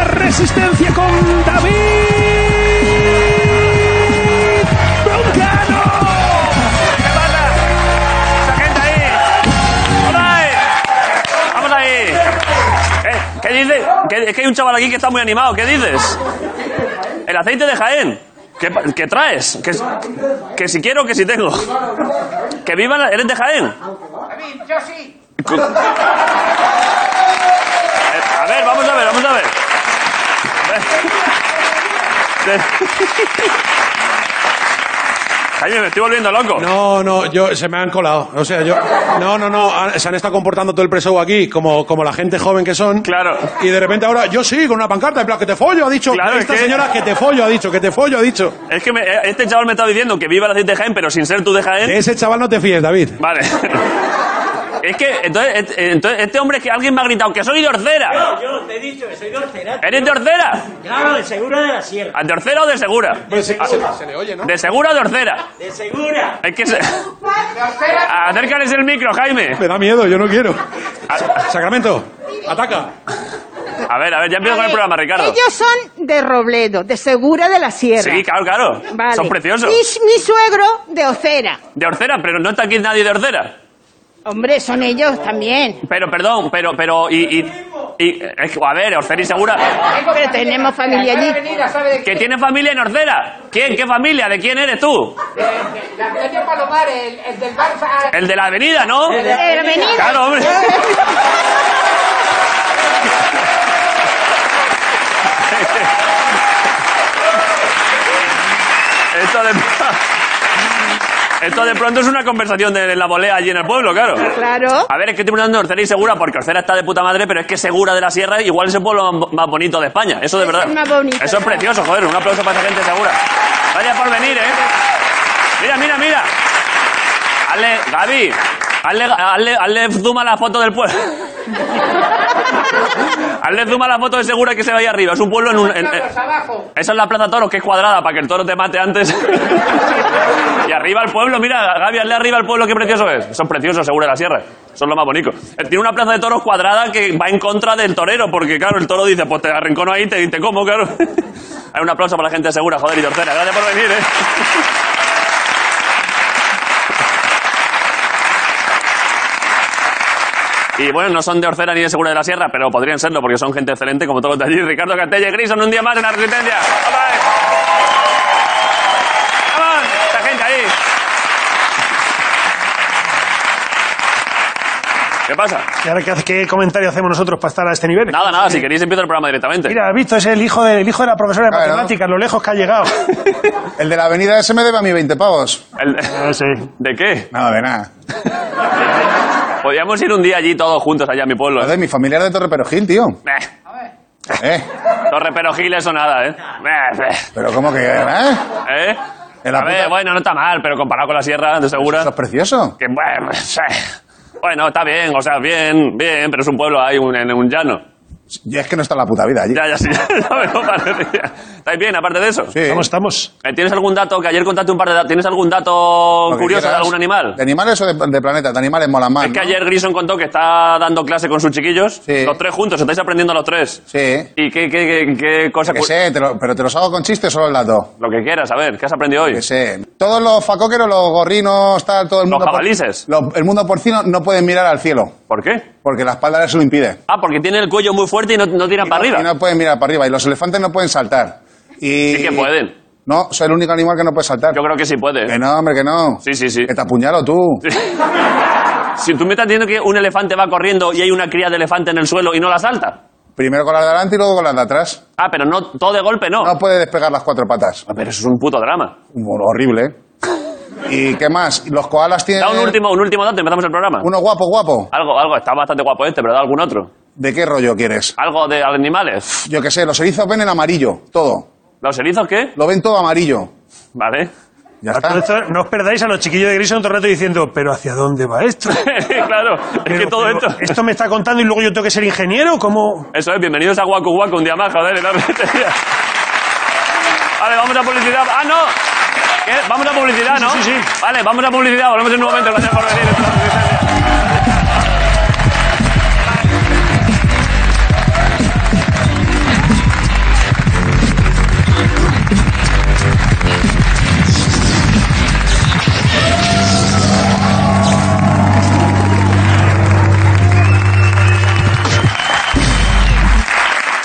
asistencia con David Broncano. ¿Qué pasa? Esa gente ahí. ¡Vamos ahí! ¡Vamos ahí! Eh, ¿Qué dices? ¿Qué- es que hay un chaval aquí que está muy animado. ¿Qué dices? El aceite de Jaén. ¿Qué, pa- qué traes? Que, s- que si quiero, que si tengo. Que vivan... la- ¿Eres de Jaén? Yo sí. Co- Eh, A ver, vamos a ver, vamos a ver. Ve- Jaime, me estoy volviendo loco. No, no, yo, se me han colado. O sea, yo. No, no, no. han- se han estado comportando todo el preso aquí como, como la gente joven que son. Claro. Y de repente ahora, yo sí, con una pancarta, en plan, que te follo, ha dicho. Claro, es esta que- señora, que te follo, ha dicho, que te follo, ha dicho. Es que me- eh, este chaval me está diciendo que viva el aceite de Jaén, pero sin ser tú de Jaén. De ese chaval no te fíes, David. Vale. Es que, entonces, et- entonces, este hombre es que alguien me ha gritado que soy de Orcera. Yo, yo te he dicho que soy de Orcera. ¿Eres de Orcera? Ah, Claro, de Segura de la Sierra. ¿De Orcera o de Segura? Pues se, le oye, ¿no? De Segura o de Orcera. De Segura. Es que se... Acércales el micro, Jaime. Me da miedo, yo no quiero. A, Sacramento, ataca. a ver, a ver, ya empiezo con el A ver, programa, Ricardo. Ellos son de Robledo, de Segura de la Sierra. Sí, claro, claro. Vale. Son preciosos. Y mi suegro de Ocera. De Orcera, pero no está aquí nadie de Orcera. Hombre, son ellos también. Pero, perdón, pero, pero, y, y, y- es que, a ver, Orcera y Segura, Pero tenemos familia allí. Mira, ¿sabe de que tiene familia en Orcera. ¿Quién? ¿Qué familia? ¿De quién eres tú? qué? La Peña Palomar, el, el del Barça. El de la avenida, ¿no? El venido. Claro, hombre. Esto de, esto de pronto es una conversación de la volea allí en el pueblo, claro. Claro. A ver, es que estoy hablando de Orcera y Segura porque Orcera está de puta madre, pero es que Segura de la Sierra igual es el pueblo más- más bonito de España. Eso de Es verdad. el más bonito, Eso es claro. precioso, joder. Un aplauso para esa gente de Segura. Vaya por venir, ¿eh? Mira, mira, mira. Hazle, Gaby, hazle, hazle, hazle zoom a la foto del pueblo. hazle zoom a la foto de Segura que se ve ahí arriba. Es un pueblo en un... en- en- abajo. esa es la plaza toros, que es cuadrada, para que el toro te mate antes. y arriba el pueblo, mira, Gaby, hazle arriba el pueblo, qué precioso es. Son preciosos, seguro, de la sierra. Son lo más bonito. Eh, Tiene una plaza de toros cuadrada que va en contra del torero, porque claro, el toro dice, pues te arrincono ahí y te, te como, claro. Hay un aplauso para la gente de segura, joder, y torcera. Gracias por venir, eh. Y bueno, no son de Orcera ni de Segura de la Sierra, pero podrían serlo porque son gente excelente como todos los de allí. Ricardo Castella y Grison, un día más en la Resistencia. ¡Vamos! ahí! ¡Vamos! ¡Esta gente ahí! ¿Qué pasa? ¿Y ahora qué, hace- qué comentario hacemos nosotros para estar a este nivel? Nada, nada, si queréis empiezo el programa directamente. Mira, has visto, es el hijo, de, el hijo de la profesora de Claro. matemáticas, lo lejos que ha llegado. El de la avenida ese me debe a mí 20 pavos. El- Ah, sí. ¿De qué? No, de nada. Podríamos ir un día allí todos juntos, allá a mi pueblo. Joder, mi familia era de Torre Perojil, tío. Eh, Eh, Torre Perojiles o nada, ¿eh? Eh, eh, pero ¿cómo que eh? ¿Eh? En la A ver, puta- bueno, no está mal, pero comparado con la sierra, de segura. Eso es precioso. Que bueno, sí. bueno, está bien, o sea, bien, bien, pero es un pueblo ahí, un, en un llano. Y es que no está la puta vida allí. Ya, ya, sí, ya, me lo parecía. ¿Estáis bien, aparte de eso? Sí. ¿Cómo estamos? Eh, ¿Tienes algún dato, que ayer contaste un par de datos, ¿tienes algún dato Lo que curioso de quieras. algún animal? ¿De animales o de, de planetas? De animales molan más. Es que ¿no? ayer Grison contó que está dando clase con sus chiquillos, Sí. los tres juntos, estáis aprendiendo los tres. Sí. ¿Y qué, qué, qué, qué cosa? Que cu- sé, te lo- pero te los hago con chistes solo el dato. Lo que quieras, a ver, ¿qué has aprendido hoy? Que sé. Todos los facóqueros, los gorrinos, tal, todo el Los mundo. por- jabalises. lo- el mundo porcino no pueden mirar al cielo. ¿Por qué? Porque la espalda les lo impide. Ah, porque tiene el cuello muy fuerte y no, no tiran para Y no- arriba. Y no pueden mirar para arriba. Y los elefantes no pueden saltar. Y... Sí que pueden. No, soy el único animal que no puede saltar. Yo creo que sí puede. Que no, hombre, que no. ¿Eh? Sí, sí, sí. Que te apuñalo tú. Si tú me estás diciendo que un elefante va corriendo y hay una cría de elefante en el suelo y no la salta. Primero con las de adelante y luego con las de atrás. Ah, pero no todo de golpe, no. No puede despegar las cuatro patas. Ah, Pero eso es un puto drama. Bueno, Horrible. ¿eh? ¿Y qué más? Los koalas tienen... Da un último, un último dato y empezamos el programa. Eh. Uno guapo, guapo. Algo, algo, está bastante guapo este, pero da algún otro. ¿De qué rollo quieres? Algo de animales. Yo qué sé, los erizos ven en amarillo, todo. ¿Los erizos qué? Lo ven todo amarillo. Vale. Ah, Ya A todo está. esto, no os perdáis a los chiquillos de Grison todo el rato diciendo, pero ¿hacia dónde va esto? claro, es que Pero- todo pero, esto. ¿Esto me está contando y luego yo tengo que ser ingeniero? ¿Cómo? Eso es, bienvenidos a Waku Waku, un día más, joder, en la retería. Vale, vamos a publicidad. ¡Ah, no! ¿Qué? Vamos a publicidad, ¿no? Sí, sí, sí. Vale, vamos a publicidad, volvemos en un momento, gracias por venir. Esto es la Resistencia.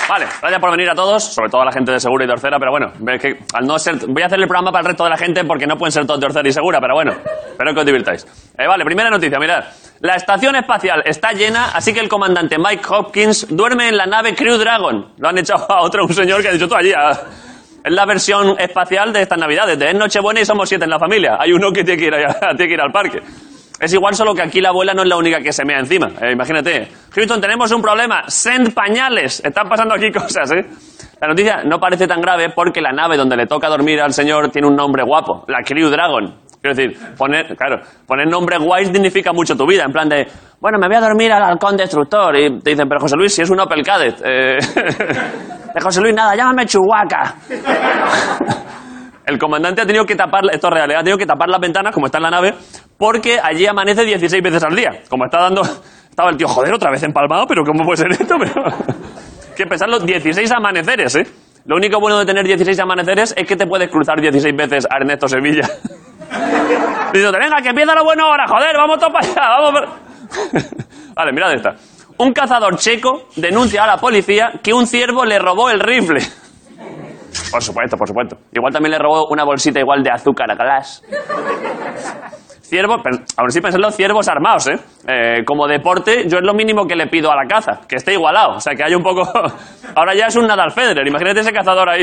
Vale, gracias por venir a todos, sobre todo a la gente de Segura y de Orcera, pero bueno, es que al no ser, voy a hacer el programa para el resto de la gente porque no pueden ser todos de Orcera y Segura, pero bueno, espero que os divirtáis. Eh, vale, primera noticia, mirad. La estación espacial está llena, así que el comandante Mike Hopkins duerme en la nave Crew Dragon. Lo han echado a otro, un señor que ha dicho tú allí. a- Es la versión espacial de estas navidades, de es Nochebuena y somos siete en la familia. Hay uno que tiene que ir, allá- tiene que ir al parque. Es igual, solo que aquí la abuela no es la única que se mea encima. Eh, imagínate. Houston, tenemos un problema. Send pañales. Están pasando aquí cosas, ¿eh? La noticia no parece tan grave porque la nave donde le toca dormir al señor tiene un nombre guapo. La Crew Dragon. Quiero decir, poner, claro, poner nombre guay significa mucho tu vida. En plan de, bueno, me voy a dormir al halcón destructor. Y te dicen, pero José Luis, si es un Opel Cadet. Eh, de José Luis, nada, llámame Chuhuaca. El comandante ha tenido que tapar, esto es real, ¿eh? ha tenido que tapar las ventanas, como está en la nave, porque allí amanece 16 veces al día. Como está dando. Estaba el tío, joder, otra vez empalmado, pero ¿cómo puede ser esto? Pero- que pensar los 16 amaneceres, ¿eh? Lo único bueno de tener 16 amaneceres es que te puedes cruzar 16 veces a Ernesto Sevilla. Diciendo, venga, que empieza la buena hora, joder, vamos todos para allá, vamos. para-". vale, mirad esta. Un cazador checo denuncia a la policía que un ciervo le robó el rifle. Por supuesto, por supuesto. Igual también le robó una bolsita igual de azúcar a Glass. Ciervos, pero aún así pensadlo, ciervos armados, ¿eh? Eh, Como deporte, yo es lo mínimo que le pido a la caza, que esté igualado. O sea, que hay un poco... Ahora ya es un Nadal Federer, imagínate ese cazador ahí.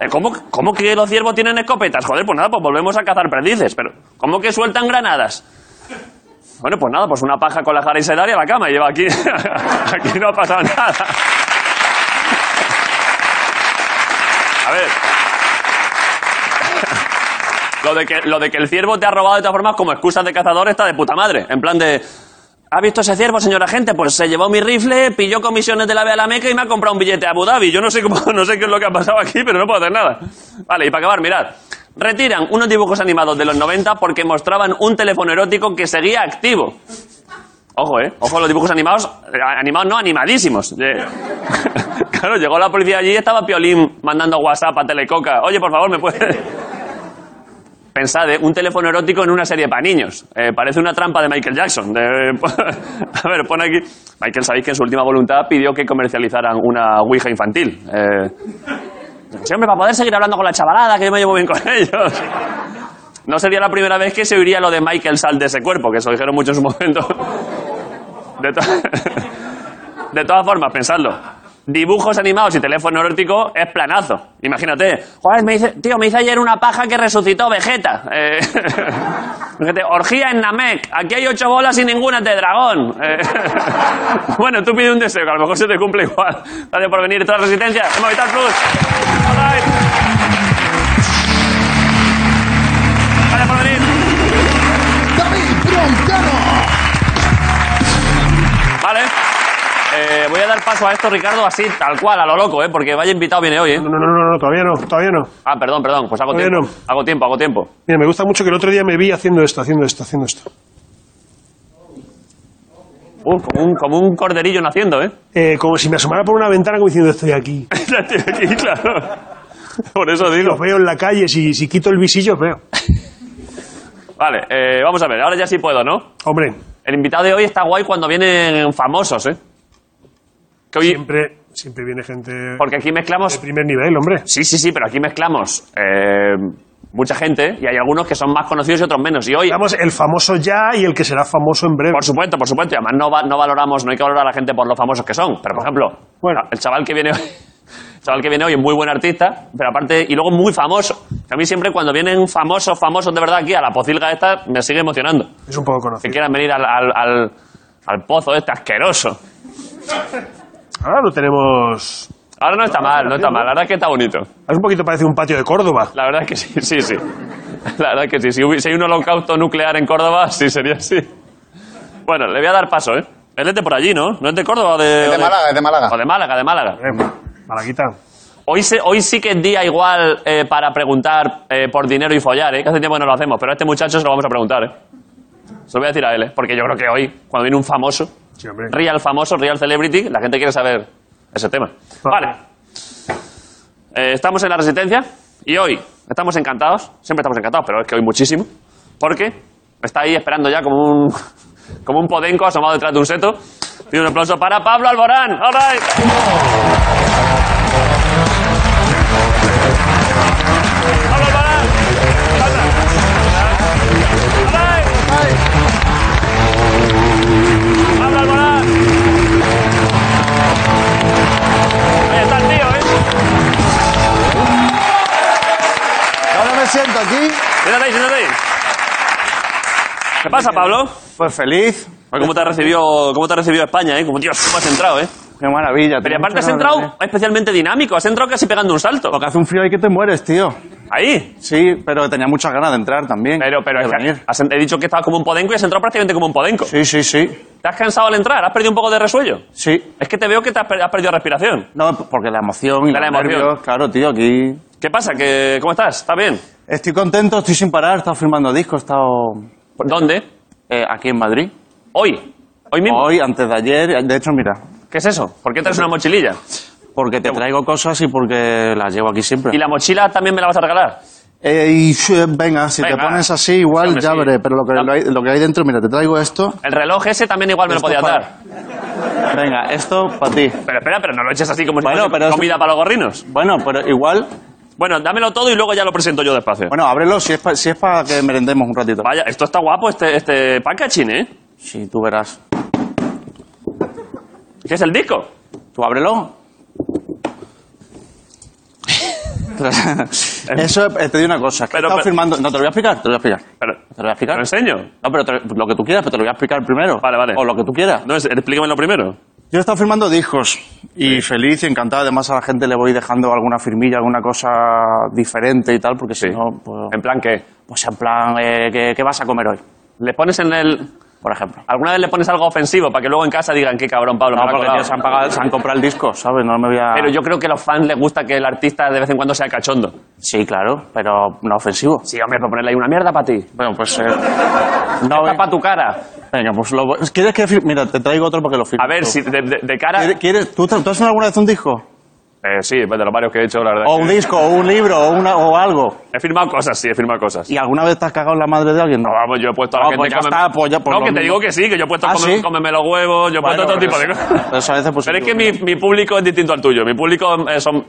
Eh, ¿Cómo, ¿Cómo que los ciervos tienen escopetas? Joder, pues nada, pues volvemos a cazar perdices. Pero, ¿cómo que sueltan granadas? Bueno, pues nada, pues una paja con la jara y se da y a la cama. Y lleva aquí... aquí no ha pasado nada. A ver. Lo de, que, lo de que el ciervo te ha robado de todas formas como excusa de cazador está de puta madre. En plan de... ¿Ha visto ese ciervo, señora gente? Pues se llevó mi rifle, pilló comisiones de la B a la Meca y me ha comprado un billete a Abu Dhabi. Yo no sé, cómo, no sé qué es lo que ha pasado aquí, pero no puedo hacer nada. Vale, y para acabar, mirad. Retiran unos dibujos animados de los 90 porque mostraban un teléfono erótico que seguía activo. Ojo, ¿eh? Ojo, los dibujos animados, eh, animados no, animadísimos. Eh, claro, llegó la policía allí y estaba Piolín mandando WhatsApp a Telecoca. Oye, por favor, ¿me puedes...? Pensad, ¿eh? un teléfono erótico en una serie para niños. Eh, parece una trampa de Michael Jackson. De- a ver, pone aquí... Michael, sabéis que en su última voluntad pidió que comercializaran una Ouija infantil. Eh, siempre para poder seguir hablando con la chavalada, que yo me llevo bien con ellos. No sería la primera vez que se oiría lo de Michael Sal de ese cuerpo, que se lo dijeron mucho en su momento. De, to- de todas formas, pensadlo. Dibujos animados y teléfono erótico es planazo. Imagínate. Joder, me hice- tío, me hice ayer una paja que resucitó Vegeta. Eh, fíjate, orgía en Namek. Aquí hay ocho bolas y ninguna es de dragón. Eh, bueno, tú pide un deseo, que a lo mejor se te cumple igual. Gracias por venir. Tras Resistencia, en Movistar Plus. All right. Gracias por venir. David Broncano. Vale. Eh, voy a dar paso a esto, Ricardo, así, tal cual, a lo loco, ¿eh? Porque vaya invitado viene hoy, ¿eh? No, no, no, no, no, todavía no, todavía no. Ah, perdón, perdón, pues hago Oye, tiempo. no. Hago tiempo, hago tiempo. Mira, me gusta mucho que el otro día me vi haciendo esto, haciendo esto, haciendo esto. Uh, como, un, como un corderillo naciendo, ¿eh? Eh, como si me asomara por una ventana como diciendo estoy aquí. Ya estoy aquí, claro. Por eso Los digo. veo en la calle, si, si quito el visillo, os veo. Vale, eh, vamos a ver, ahora ya sí puedo, ¿no? Hombre, El invitado de hoy está guay cuando vienen famosos, ¿eh? Que hoy- siempre, siempre viene gente de porque aquí mezclamos primer nivel, hombre. Sí, sí, sí, pero aquí mezclamos eh, mucha gente y hay algunos que son más conocidos y otros menos. Y hoy, Digamos, el famoso ya y el que será famoso en breve. por supuesto, por supuesto, y además no, va- no valoramos, no hay que valorar a la gente por lo famosos que son. Pero, por ejemplo, Bueno. el chaval que viene hoy... el chaval que viene hoy es muy buen artista, pero aparte, y luego muy famoso. Que a mí siempre cuando vienen famosos, famosos de verdad aquí a la pocilga esta, me sigue emocionando. Es un poco Que conocido. quieran venir al, al, al- al pozo este asqueroso. Ahora lo tenemos... Ahora no está mal, no está mal, la verdad es que está bonito. Es un poquito parece un patio de Córdoba. La verdad es que sí, sí, sí. La verdad es que sí. Si, hubi- si hay un holocausto nuclear en Córdoba, sí sería así. Bueno, le voy a dar paso, ¿eh? Él es de por allí, ¿no? ¿No es de Córdoba o de...? Es de o Málaga, es de Málaga. O de Málaga, de Málaga. Eh, Malaguita. Hoy, se- hoy sí que es día igual eh, para preguntar eh, por dinero y follar, ¿eh? Que hace tiempo que no lo hacemos, pero a este muchacho se lo vamos a preguntar, ¿eh? Se lo voy a decir a él, ¿eh? Porque yo creo que hoy, cuando viene un famoso, Sí, hombre. real famoso, real celebrity, la gente quiere saber ese tema. Vale. Eh, estamos en la Resistencia y hoy estamos encantados, siempre estamos encantados, pero es que hoy muchísimo, porque está ahí esperando ya como un, como un podenco asomado detrás de un seto. Pido un aplauso para Pablo Alborán. All right. Pablo Alborán. All right. Pablo Alborán. Ahí está el tío, ¿eh? Ahora me siento aquí. Siéntate ahí, siéntate ahí. ¿Qué pasa, Pablo? Pues feliz. Oye, ¿Cómo te ha recibido, cómo te ha recibido España, eh? Como, tío, ¿cómo has entrado, eh? Qué maravilla. Pero y tío, aparte has muchas ganas de entrado especialmente dinámico, has entrado casi pegando un salto. venir. Hace un frío ahí que te mueres, tío. Ahí. Sí, pero tenía muchas ganas de entrar también. Pero, pero, De es que venir. has- he dicho que estabas como un podenco y has entrado prácticamente como un podenco. Sí, sí, sí. ¿Te has cansado al entrar? ¿Has perdido un poco de resuello? Sí. Es que te veo que te has, per- has perdido respiración. No, porque la emoción y La los emoción. nervios, claro, tío, aquí... ¿Qué pasa? ¿Qué, ¿Cómo estás? ¿Estás bien? Estoy contento, estoy sin parar, he estado firmando discos, he estado ¿Dónde? eh, aquí en Madrid. Hoy. ¿Hoy mismo? Hoy, antes de ayer, de hecho, mira, ¿Qué es eso? ¿Por qué traes una mochililla? porque te traigo cosas y porque las llevo aquí siempre. ¿Y la mochila también me la vas a regalar? Eh, y eh, venga, si Venga. te pones así, igual Sí, hombre, ya sí. veré. Pero lo que, Dame. lo hay, lo que hay dentro, mira, te traigo esto. El reloj ese también igual me lo Esto podías para- dar. Venga, esto para ti. Pero espera, pero no lo eches así como si Bueno, fuese pero es- comida para los gorrinos. Bueno, pero igual... Bueno, dámelo todo y luego ya lo presento yo despacio. Bueno, ábrelo si es para si es pa que merendemos un ratito. Vaya, esto está guapo, este, este packaging, ¿eh? Sí, tú verás. ¿Qué es el disco? Tú ábrelo. Eso, eh, te digo una cosa. Que Pero- he estado pero- firmando... No, te lo voy a explicar, te lo voy a explicar. Pero, ¿Te lo voy a ¿Te explicar? lo enseño? No, pero te- lo que tú quieras, pero te lo voy a explicar primero. Vale, vale. O lo que tú quieras. No, es- explícamelo primero. Yo he estado firmando discos y feliz y encantado. Además, a la gente le voy dejando alguna firmilla, alguna cosa diferente y tal, porque Sí. si no, pues, ¿En plan qué? pues en plan, eh, ¿qué, qué vas a comer hoy? ¿Le pones en el...? Por ejemplo. ¿Alguna vez le pones algo ofensivo para que luego en casa digan qué cabrón Pablo? me lo No, ha Ah. porque colado"? ya se han, pagado, se han comprado el disco, ¿sabes? No me voy a... Pero yo creo que a los fans les gusta que el artista de vez en cuando sea cachondo. Sí, claro, pero no ofensivo. Sí, hombre, para ponerle ahí una mierda para ti. Bueno, pues... eh, no, Esta voy- para tu cara. Venga, pues lo... voy- ¿Quieres que... fir- Mira, te traigo otro porque lo firmo. A ver, si de, de- de cara... ¿Quieres, quieres- ¿Tú, ¿Tú has firmado alguna vez un disco? Eh, sí, de los varios que Oh. he hecho, la verdad. O un disco, o un libro, o, una, o algo. He firmado cosas, sí, he firmado cosas. ¿Y alguna vez te has cagado en la madre de alguien? No, vamos, yo he puesto a la No, gente pues ya come- está, pues ya, pues No, lo que te mismo. digo que sí, que yo he puesto Ah, come- ¿sí? cómeme los huevos, yo he puesto Bueno, todo tipo de pero cosas. eso- pero eso a veces pues Pero es sí, que mi, mi público es distinto al tuyo. Mi público eh, son...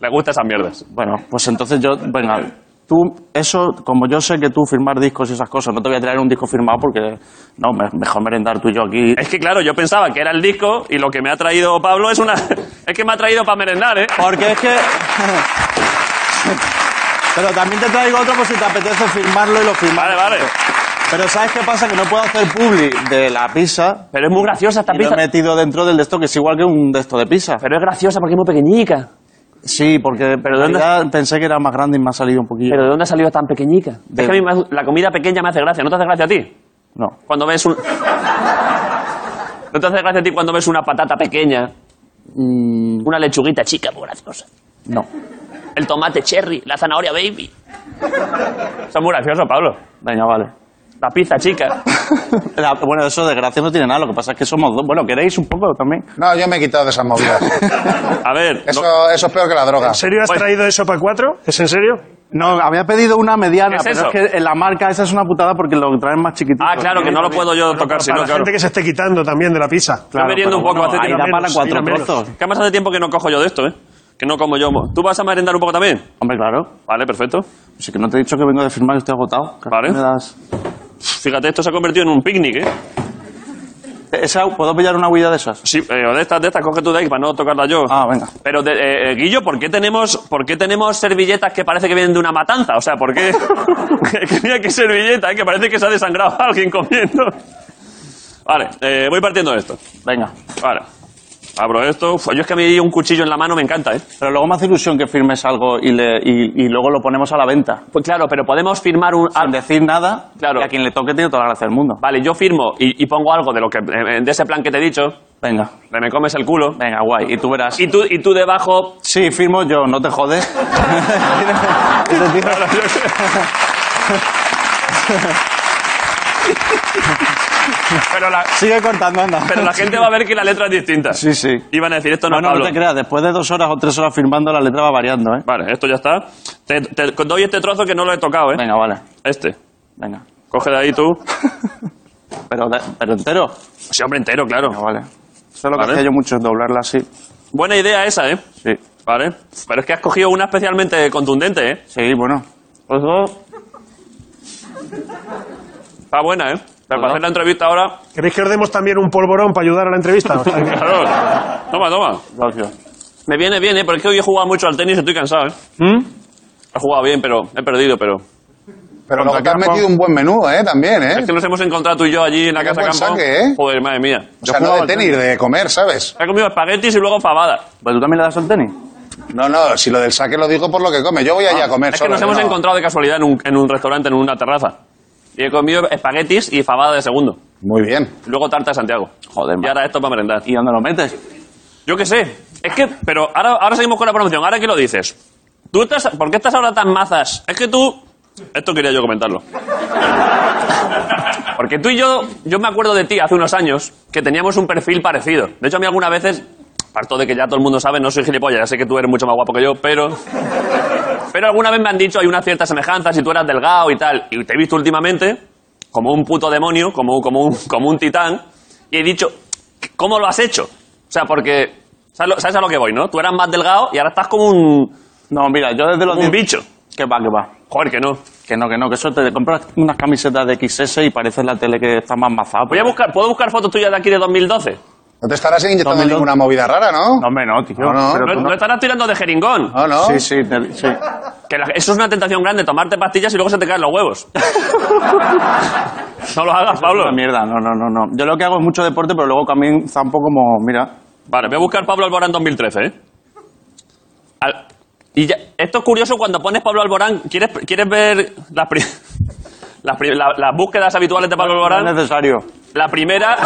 Le gusta esas mierdas. Bueno, pues entonces yo, venga, tú, eso, como yo sé que tú firmar discos y esas cosas, no te voy a traer un disco firmado porque, no, me- mejor merendar tú y yo aquí. Es que claro, yo pensaba que era el disco y lo que me ha traído Pablo es una... Es que me ha traído para merendar, ¿eh? Porque es que... Pero también te traigo otro por si te apetece firmarlo y lo firmamos. Vale, vale. Pero ¿sabes qué pasa? Que no puedo hacer publi de la pizza. Pero es muy graciosa esta Y lo pizza. he metido dentro del de esto, que es igual que un de esto de pizza. Pero es graciosa porque es muy pequeñica. Sí, porque pero ¿dónde- pensé que era más grande y me ha salido un poquillo. Pero ¿de dónde ha salido tan pequeñica? De- Es que a mí me hace- la comida pequeña me hace gracia. ¿No te hace gracia a ti? No. Cuando ves un... ¿No te hace gracia a ti cuando ves una patata pequeña? Mm, Una lechuguita chica, muy graciosa. no. El tomate cherry, la zanahoria baby. Son muy graciosos, Pablo. Venga, vale. La pizza chica. La- bueno, eso de gracia no tiene nada, lo que pasa es que somos dos. Bueno, queréis un poco también. No, yo me he quitado de esas movidas. A ver, no- Eso, eso es peor que la droga. ¿En serio has Bueno. traído eso para cuatro? ¿Es en serio? No, había pedido una ¿Qué mediana, es pero eso? es que eh, la marca esa es una putada porque lo traen más chiquitito. Ah, claro, que no lo puedo yo tocar, para si no, la claro. gente que se esté quitando también de la pizza. Claro, meriendo un pero poco, hace ahí tiempo da para menos, cuatro tira menos. trozos. Que además hace tiempo que no cojo yo de esto, ¿eh? Que no como yo. ¿Tú vas a merendar un poco también? Hombre, claro. Vale, perfecto. Si que no te he dicho que vengo de firmar y estoy agotado. Que Vale. me das- Fíjate, esto se ha convertido en un picnic, ¿eh? Esa, ¿Puedo pillar una huida de esas? Sí, eh, o de estas, de estas, coge tú de ahí para no tocarla yo. Ah, venga. Pero, de- eh, eh, Guillo, ¿por qué, tenemos, ¿por qué tenemos servilletas que parece que vienen de una matanza? O sea, ¿por qué? que mira qué servilleta, eh, que parece que se ha desangrado alguien comiendo. Vale, eh, voy partiendo esto. Venga. Vale. Abro esto. Uf, yo es que a mí un cuchillo en la mano me encanta, ¿eh? Pero luego me hace ilusión que firmes algo y, le- y- y luego lo ponemos a la venta. Pues claro, pero podemos firmar un... Sin decir nada, Claro. y a quien le toque tiene toda la gracia del mundo. Vale, yo firmo y, y pongo algo de, lo que, eh, de ese plan que te he dicho, Venga, de me comes el culo, venga, guay. Y tú verás. y tú, y tú debajo... Sí, firmo yo, no te jodes. Ese tío- Pero la, Sigue cortando, anda. pero la gente va a ver que la letra es distinta. Sí, sí. Y van a decir, esto no Bueno, es no Pablo. te creas, después de dos horas o tres horas firmando, la letra va variando, ¿eh? Vale, esto ya está. Te, te doy este trozo que no lo he tocado, ¿eh? Venga, vale. Este. Venga. Coge de ahí tú. Pero, pero entero. Sí, hombre, entero, claro. Venga, vale. Eso es lo que Vale. hacía yo mucho, doblarla así. Buena idea esa, ¿eh? Sí, Vale. Pero es que has cogido una especialmente contundente, ¿eh? sí bueno. Pues dos. Está buena, ¿eh? Pero para hacer la entrevista ahora... ¿Queréis que os demos también un polvorón para ayudar a la entrevista? O sea, que- Claro. Toma, toma. Gracias. Me viene bien, ¿eh? Porque es que hoy he jugado mucho al tenis y estoy cansado, ¿eh? ¿Mm? He jugado bien, pero he perdido, pero... Pero luego te has metido un buen menú, ¿eh? También, ¿eh? Es que nos hemos encontrado tú y yo allí en la Qué casa buen campo. saque, ¿eh? Joder, madre mía. O Yo sea, no jugaba de al tenis, de comer, ¿sabes? He comido espaguetis y luego fabada. ¿Pero tú también le das al tenis? No, no, si lo del saque lo digo por lo que come. Yo voy allá a Ah, Es comer que solo, nos yo hemos no. encontrado de casualidad en un, en un restaurante, en una terraza. Y he comido espaguetis y fabada de segundo. Muy bien. Y luego tarta de Santiago. Joder, Y macho. ahora esto para merendar. ¿Y dónde lo metes? Yo qué sé. Es que, pero ahora, ahora seguimos con la promoción. Ahora que lo dices. ¿Tú estás, ¿Por qué estás ahora tan mazas? Es que tú... Esto quería yo comentarlo. Porque tú y yo, yo me acuerdo de ti hace unos años que teníamos un perfil parecido. De hecho, a mí algunas veces, parto de que ya todo el mundo sabe, no soy gilipollas, ya sé que tú eres mucho más guapo que yo, pero. Pero alguna vez me han dicho hay una cierta semejanza, si tú eras delgado y tal. Y te he visto últimamente como un puto demonio, como, como, un, como un titán, y he dicho, ¿cómo lo has hecho? O sea, porque. ¿Sabes, lo- sabes a lo que voy, no? Tú eras más delgado y ahora estás como un. No, mira, yo desde los como un 10 bicho. Que va, que va. Joder, que no. Que no, que no, que eso te compras unas camisetas de XS y parece la tele que está más pues. mazada. Voy a buscar, ¿Puedo buscar fotos tuyas de aquí de 2012? No te estarás inyectando Dámelo. ninguna movida rara, ¿no? No, hombre, no, tío. No, no. Pero No, tú no- no estarás tirando de jeringón. No, no. Sí, sí, te- sí. Que la- eso es una tentación grande, tomarte pastillas y luego se te caen los huevos. no lo hagas, Pablo. Una mierda, no, no, no, no. Yo lo que hago es mucho deporte, pero luego también zampo como, mira, Vale, voy a buscar Pablo Alborán 2013, ¿eh? Al- y ya- esto es curioso, cuando pones Pablo Alborán, ¿quieres, quieres ver las, pri- las, pri- la- las búsquedas habituales de Pablo no es Alborán? necesario. La primera...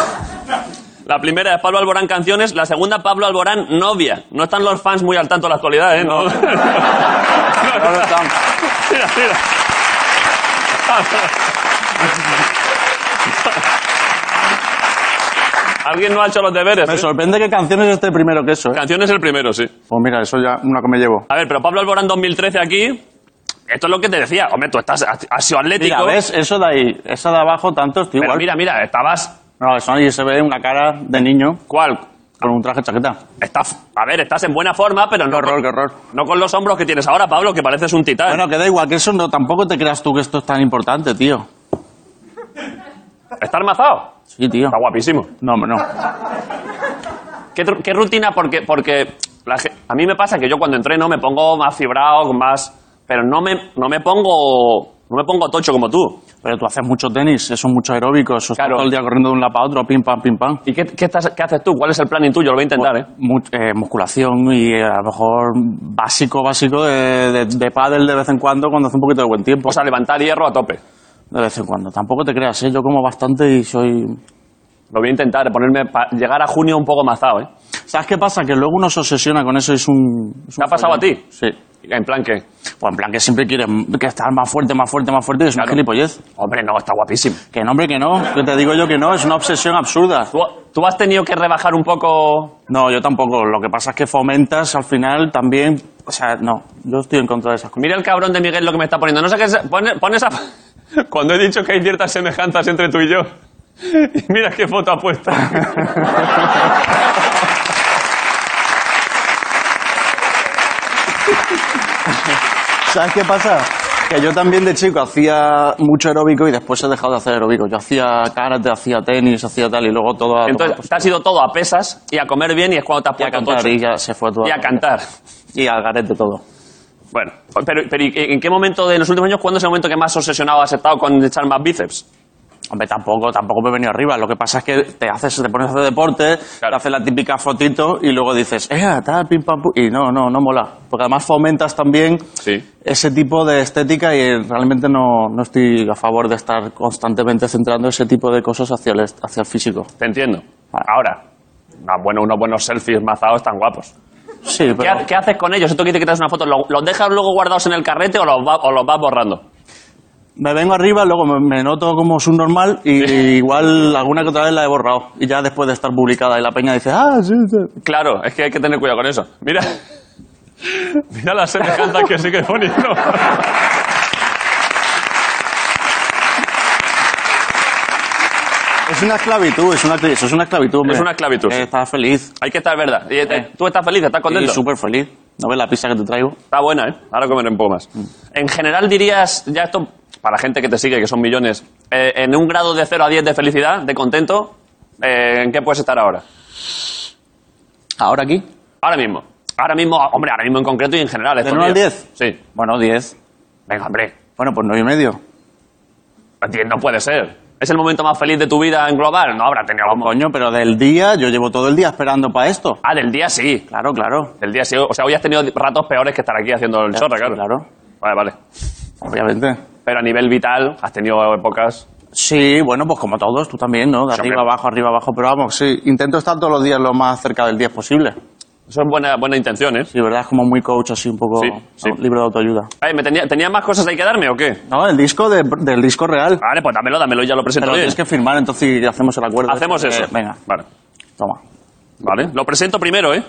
La primera es Pablo Alborán Canciones, la segunda Pablo Alborán Novia. No están los fans muy al tanto de la actualidad, ¿eh? No, No, no, tam- Mira, mira. Alguien no ha hecho los deberes. Me ¿eh? sorprende que canciones esté primero que eso, ¿eh? Canciones el primero, sí. Pues mira, eso ya, una que me llevo. A ver, pero Pablo Alborán 2013 aquí. Esto es lo que te decía. Hombre, tú estás, has has sido atlético. Mira, ¿ves? Eso de ahí, esa de abajo, tanto, tío, Pero igual. mira, mira, estabas. No, eso ahí se ve una cara de niño ¿Cuál? con un traje de chaqueta. Estás, a ver, estás en buena forma, pero Qué no, horror, con, qué horror. no con los hombros que tienes ahora, Pablo, que pareces un titán. Bueno, que da igual, que eso no, tampoco te creas tú que esto es tan importante, tío. Está armazado. Sí, tío. Está guapísimo. No, hombre, no. ¿Qué, tru- qué rutina? Porque, porque la ge- a mí me pasa que yo cuando entreno me pongo más fibrado, más. Pero no me, no me pongo. No me pongo tocho como tú. Pero tú haces mucho tenis, eso es mucho aeróbico, eso Claro. está todo el día corriendo de un lado para otro, pim, pam, pim, pam. ¿Y qué, qué estás- qué haces tú? ¿Cuál es el plan tuyo? Lo voy a intentar, ¿eh? Mu- eh, musculación y eh, a lo mejor básico, básico de, de, de pádel de vez en cuando cuando hace un poquito de buen tiempo. ¿eh? O sea, levantar hierro a tope. de vez en cuando. Tampoco te creas, ¿eh? Yo como bastante y soy... Lo voy a intentar, ponerme pa- llegar a junio un poco mazado, ¿eh? ¿Sabes qué pasa? Que luego uno se obsesiona con eso y es un... es ¿Te un ha pasado a follón. ti? Sí. En plan que. Pues en plan que siempre quieres que estar más fuerte, más fuerte, más fuerte y es Claro. una gilipollez. Hombre, no, está guapísimo. Que no, hombre, que no. Que te digo yo que no, es una obsesión absurda. ¿Tú, tú has tenido que rebajar un poco. No, yo tampoco. Lo que pasa es que fomentas al final también. O sea, no, yo estoy en contra de esas cosas. Mira el cabrón de Miguel lo que me está poniendo. No sé qué. es- Pon, pon esa. Cuando he dicho que hay ciertas semejanzas entre tú y yo. Y mira qué foto ha puesto. ¿Sabes qué pasa? Que yo también de chico hacía mucho aeróbico y después he dejado de hacer aeróbico. Yo hacía karate, hacía tenis, hacía tal y luego todo a Entonces, te has ido todo a pesas y a comer bien y es cuando te has y a puesto cantar tocho. y ya se fue todo. Y a cantar. Y al garete todo. Bueno, pero, pero ¿y ¿en qué momento de los últimos años, cuándo es el momento que más obsesionado has estado con echar más bíceps? Hombre, tampoco, tampoco me he venido arriba. Lo que pasa es que te haces, te pones a hacer deporte, Claro. te haces la típica fotito y luego dices, eh, tal, pim, pam, pum. Y no, no, no mola. Porque además fomentas también Sí. ese tipo de estética y realmente no, no estoy a favor de estar constantemente centrando ese tipo de cosas hacia el, est- hacia el físico. Te entiendo. Ahora, ah, bueno, unos buenos selfies mazados están guapos. Sí, ¿Qué, pero... ha- qué haces con ellos? Esto que dice que te das una foto, ¿lo- ¿los dejas luego guardados en el carrete o los, va- o los vas borrando? Me vengo arriba, luego me, me noto como subnormal y igual alguna que otra vez la he borrado. Y ya después de estar publicada y la peña dice, ah, sí, sí". Claro, es que hay que tener cuidado con eso. Mira, mira las semejanzas que sigue poniendo. Es es una esclavitud, es una, esclavitud, eso es una esclavitud. hombre. Es una esclavitud, sí. Eh, estás feliz. Hay que estar, ¿verdad? Y, eh, ¿Tú estás feliz? ¿Estás Y contento? súper feliz. ¿No ves la pizza que te traigo? Está buena, ¿eh? Ahora comeré un poco más. En general dirías, ya esto, para gente que te sigue, que son millones, eh, en un grado de 0 a 10 de felicidad, de contento, eh, ¿en qué puedes estar ahora? ¿Ahora aquí? Ahora mismo. Ahora mismo, hombre, ahora mismo en concreto y en general. ¿De estos 1 al días. 10? Sí. Bueno, 10. Venga, hombre. Bueno, pues 9 y medio. A ti No puede ser. ¿Es el momento más feliz de tu vida en global? No habrá tenido algún... Coño, pero del día, yo llevo todo el día esperando para esto. Ah, del día sí. Claro, claro. Del día sí. O sea, hoy has tenido ratos peores que estar aquí haciendo el chorra, sí, claro. claro. Vale, vale. Obviamente. Pero a nivel vital, has tenido épocas... Sí, bueno, pues como todos, tú también, ¿no? De Sí, arriba hombre. abajo, arriba abajo, pero vamos, sí. Intento estar todos los días lo más cerca del 10 posible. Eso es buena, buena intención, ¿eh? Sí, ¿verdad? Es como muy coach, así un poco Sí, sí. ¿no? libre de autoayuda. Ay, ¿me tenía, ¿Tenía más cosas ahí que darme o qué? No, el disco de- del disco real. Vale, pues dámelo, dámelo y ya lo presento pero lo bien. tienes que firmar, entonces y hacemos el acuerdo. Hacemos Eh, eso. venga, Vale. toma, Vale. Lo presento primero, ¿eh?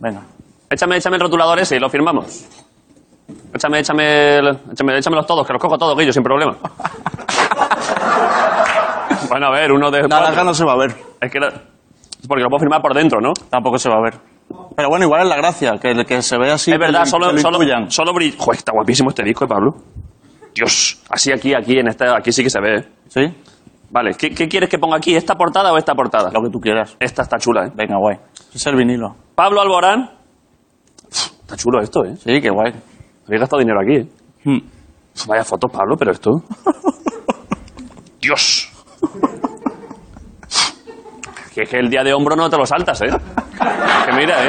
venga. Échame, échame el rotulador ese y lo firmamos. Échame, échame, el- échame, échamelos todos, que los cojo todos, Guillo, sin problema. bueno, a ver, uno de La cuatro. larga no se va a ver, Es que... la- es porque lo puedo firmar por dentro, ¿no? tampoco se va a ver. Pero bueno, igual es la gracia, que, que se ve así. es verdad, que lo- solo, que lo solo, incluyan. solo brill- Joder, está guapísimo este disco, ¿eh, Pablo? Dios, así aquí, aquí, en esta, aquí sí que se ve, ¿eh? Sí, Vale, ¿qué, qué quieres que ponga aquí? ¿Esta portada o esta portada? lo que tú quieras. Esta está chula, ¿eh? Venga, guay. Ese es el vinilo. Pablo Alborán. Pf, Está chulo esto, ¿eh? Sí, qué guay. Habéis gastado dinero aquí, ¿eh? Hmm. Pf, Vaya fotos, Pablo, pero esto. Dios. Pf, Que es que el día de hombro no te lo saltas, ¿eh? Que mira, ¿eh?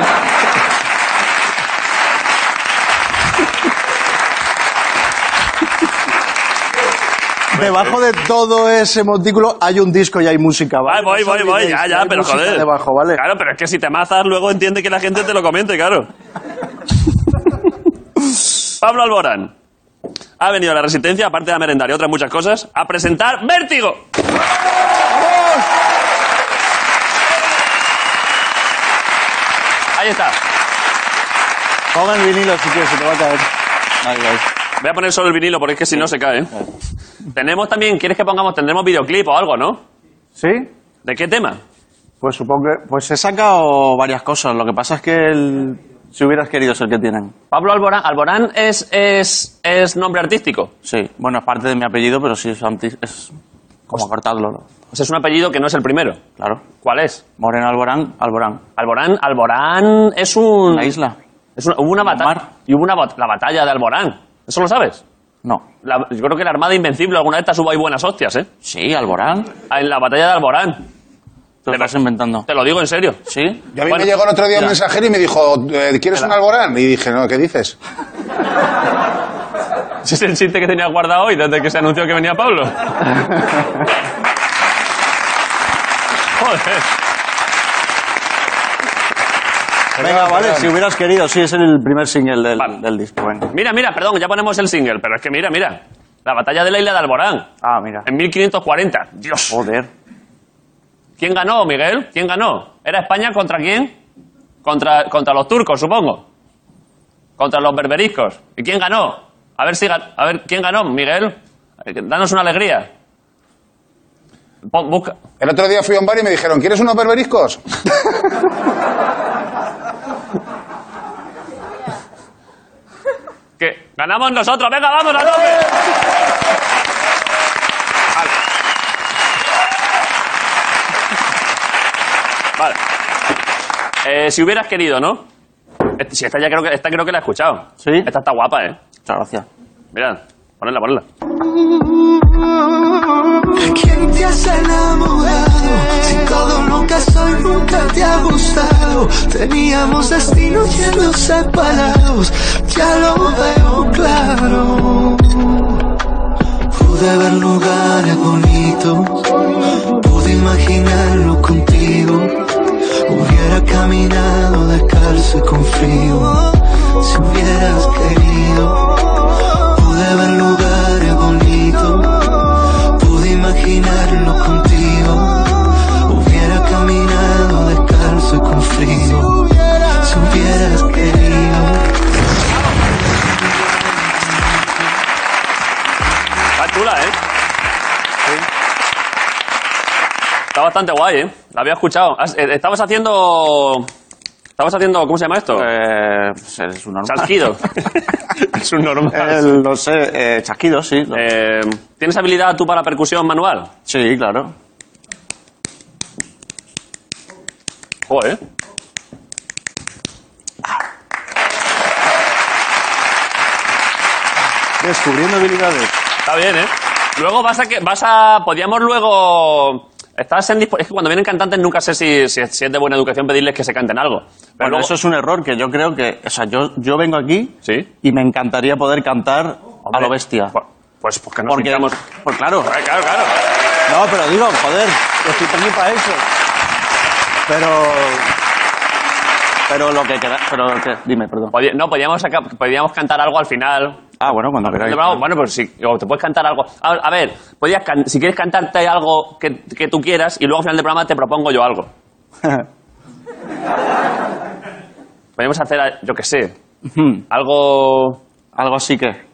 Debajo de todo ese montículo hay un disco y hay música, ¿vale? Ay, voy, No os voy, voy, olvidéis ya, que ya, hay pero música joder. Debajo, ¿vale? Claro, pero es que si te mazas, luego entiende que la gente te lo comente, claro. Pablo Alborán ha venido a la Resistencia, aparte de la merendar y otras muchas cosas, a presentar Vértigo. Ahí está. Pon el vinilo si quieres, se te va a caer. Ahí, ahí. Voy a poner solo el vinilo porque es que si no se cae. ¿eh? Tenemos también, ¿quieres que pongamos? Tendremos videoclip o algo, ¿no? ¿Sí? ¿De qué tema? Pues supongo que... Pues Pues he sacado varias cosas, lo que pasa es que el... si hubieras querido es el que tienen. Pablo Alborán, Alborán es, es, es nombre artístico. Sí, bueno, es parte de mi apellido, pero sí es, anti- es como cortarlo, ¿no? O sea, Pues, es un apellido que no es el primero. claro. ¿Cuál es? Moreno Alborán, Alborán. Alborán, Alborán es un. ¿La isla? es una- hubo una ¿Un batalla. mar? Y hubo una bat- la batalla de Alborán. ¿Eso lo sabes? No. La- yo creo que la Armada Invencible alguna vez te subo ahí buenas hostias, ¿eh? Sí, Alborán. Ah, En la batalla de Alborán. Te lo Pero- estás inventando. Te lo digo en serio. ¿Sí? Yo a mí Bueno, me llegó el otro día un mensajero y me dijo, eh, ¿quieres un alborán? Y dije, no, ¿qué dices? Ese es el chiste que tenía guardado hoy desde que se anunció que venía Pablo. Joder. Venga, Ah, vale, si hubieras querido, sí, es el primer single del, Vale. del disco, venga. Mira, mira, perdón, ya ponemos el single, pero es que mira, mira. La batalla de la isla de Alborán. Ah, mira. En 1540. Dios. Joder. ¿Quién ganó, Miguel? ¿Quién ganó? ¿Era España contra quién? Contra, contra los turcos, supongo. Contra los berberiscos. ¿Y quién ganó? A ver si gan- a ver quién ganó, Miguel. Eh, Danos una alegría. Pon- busca- El otro día fui a un bar y me dijeron, ¿quieres unos berberiscos? que ganamos nosotros. Venga, vamos a tope. Vale. Vale. Eh, si hubieras querido, ¿no? Este- Si esta ya creo que esta creo que la he escuchado. ¿Sí? Esta está guapa, ¿eh? Muchas gracias. Mirad, ponedla, ponedla. ¿Quién te has enamorado? Si todo lo que soy nunca te ha gustado. Teníamos destinos yendo separados, ya lo veo claro. Pude ver lugares bonitos, pude imaginarlo contigo. Hubiera caminado descalzo y con frío, si hubieras querido. Pude ver lugares bonitos, pude imaginarlo contigo. Hubiera caminado descalzo y con frío, si hubieras querido. Está chula, ¿eh? bastante guay, ¿eh? La había escuchado. Has- eh, Estabas haciendo... Estabas haciendo... ¿Cómo se llama esto? Eh, pues es un normal. Chasquido. es un normal. El, no sé, eh, chasquido, sí. lo- Eh, ¿Tienes habilidad tú para percusión manual? Sí, claro. Joder. Descubriendo habilidades. Está bien, ¿eh? Luego vas a que vas a podíamos luego estás en dispo- es que cuando vienen cantantes nunca sé si, si, es- si es de buena educación pedirles que se canten algo. Pero Bueno, luego- eso es un error que yo creo que. O sea, yo, yo vengo aquí Sí. y me encantaría poder cantar a lo bestia. Pues, pues, pues que nos Porque. sintamos- Pues claro. Eh, claro, claro. No, pero digo, joder, yo estoy aquí para eso. Pero. Pero lo que queda. Pero lo que- dime, perdón. Podí- no, podíamos, sacar- podíamos cantar algo al final. Ah, bueno, cuando queráis. Bueno, bueno, pues sí, o te puedes cantar algo. A, a ver, podías can- si quieres cantarte algo que, que tú quieras y luego al final del programa te propongo yo algo. Podemos hacer, a- yo qué sé, algo... Algo así que.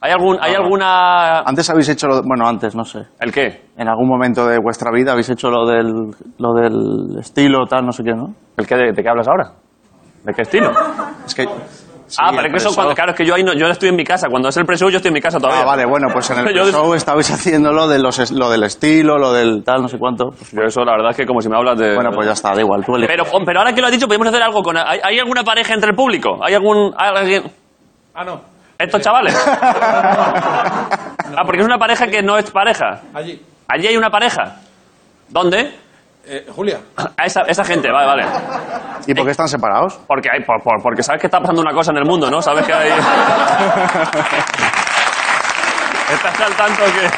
¿Hay, algún, ¿hay alguna...? Antes habéis hecho lo. Bueno, antes, no sé. ¿El qué? En algún momento de vuestra vida habéis hecho lo del, lo del estilo, tal, no sé qué, ¿no? ¿El qué de, de qué hablas ahora? ¿De qué estilo? Es que. sí, ah, el pero es que eso pre-show. cuando... Claro, es que yo, ahí no, yo estoy en mi casa. Cuando es el pre-show yo estoy en mi casa todavía. Ah, vale, bueno, pues en el Yo- show estabais haciendo lo, de los, es- lo del estilo, lo del tal, no sé cuánto. Yo eso la verdad es que como si me hablas de... Bueno, pues ya está, da igual, tú eliges. Pero, pero ahora que lo has dicho, podemos hacer algo con... ¿Hay, hay alguna pareja entre el público? ¿Hay algún... hay alguien... Ah, no. ¿Estos chavales? ah, porque es una pareja que no es pareja. Allí. Allí hay una pareja. ¿Dónde? Eh, Julia. A esa, esa gente, vale, vale. ¿Y por qué están separados? Porque, hay, por- por- porque sabes que está pasando una cosa en el mundo, ¿no? Sabes que hay... Estás al tanto que...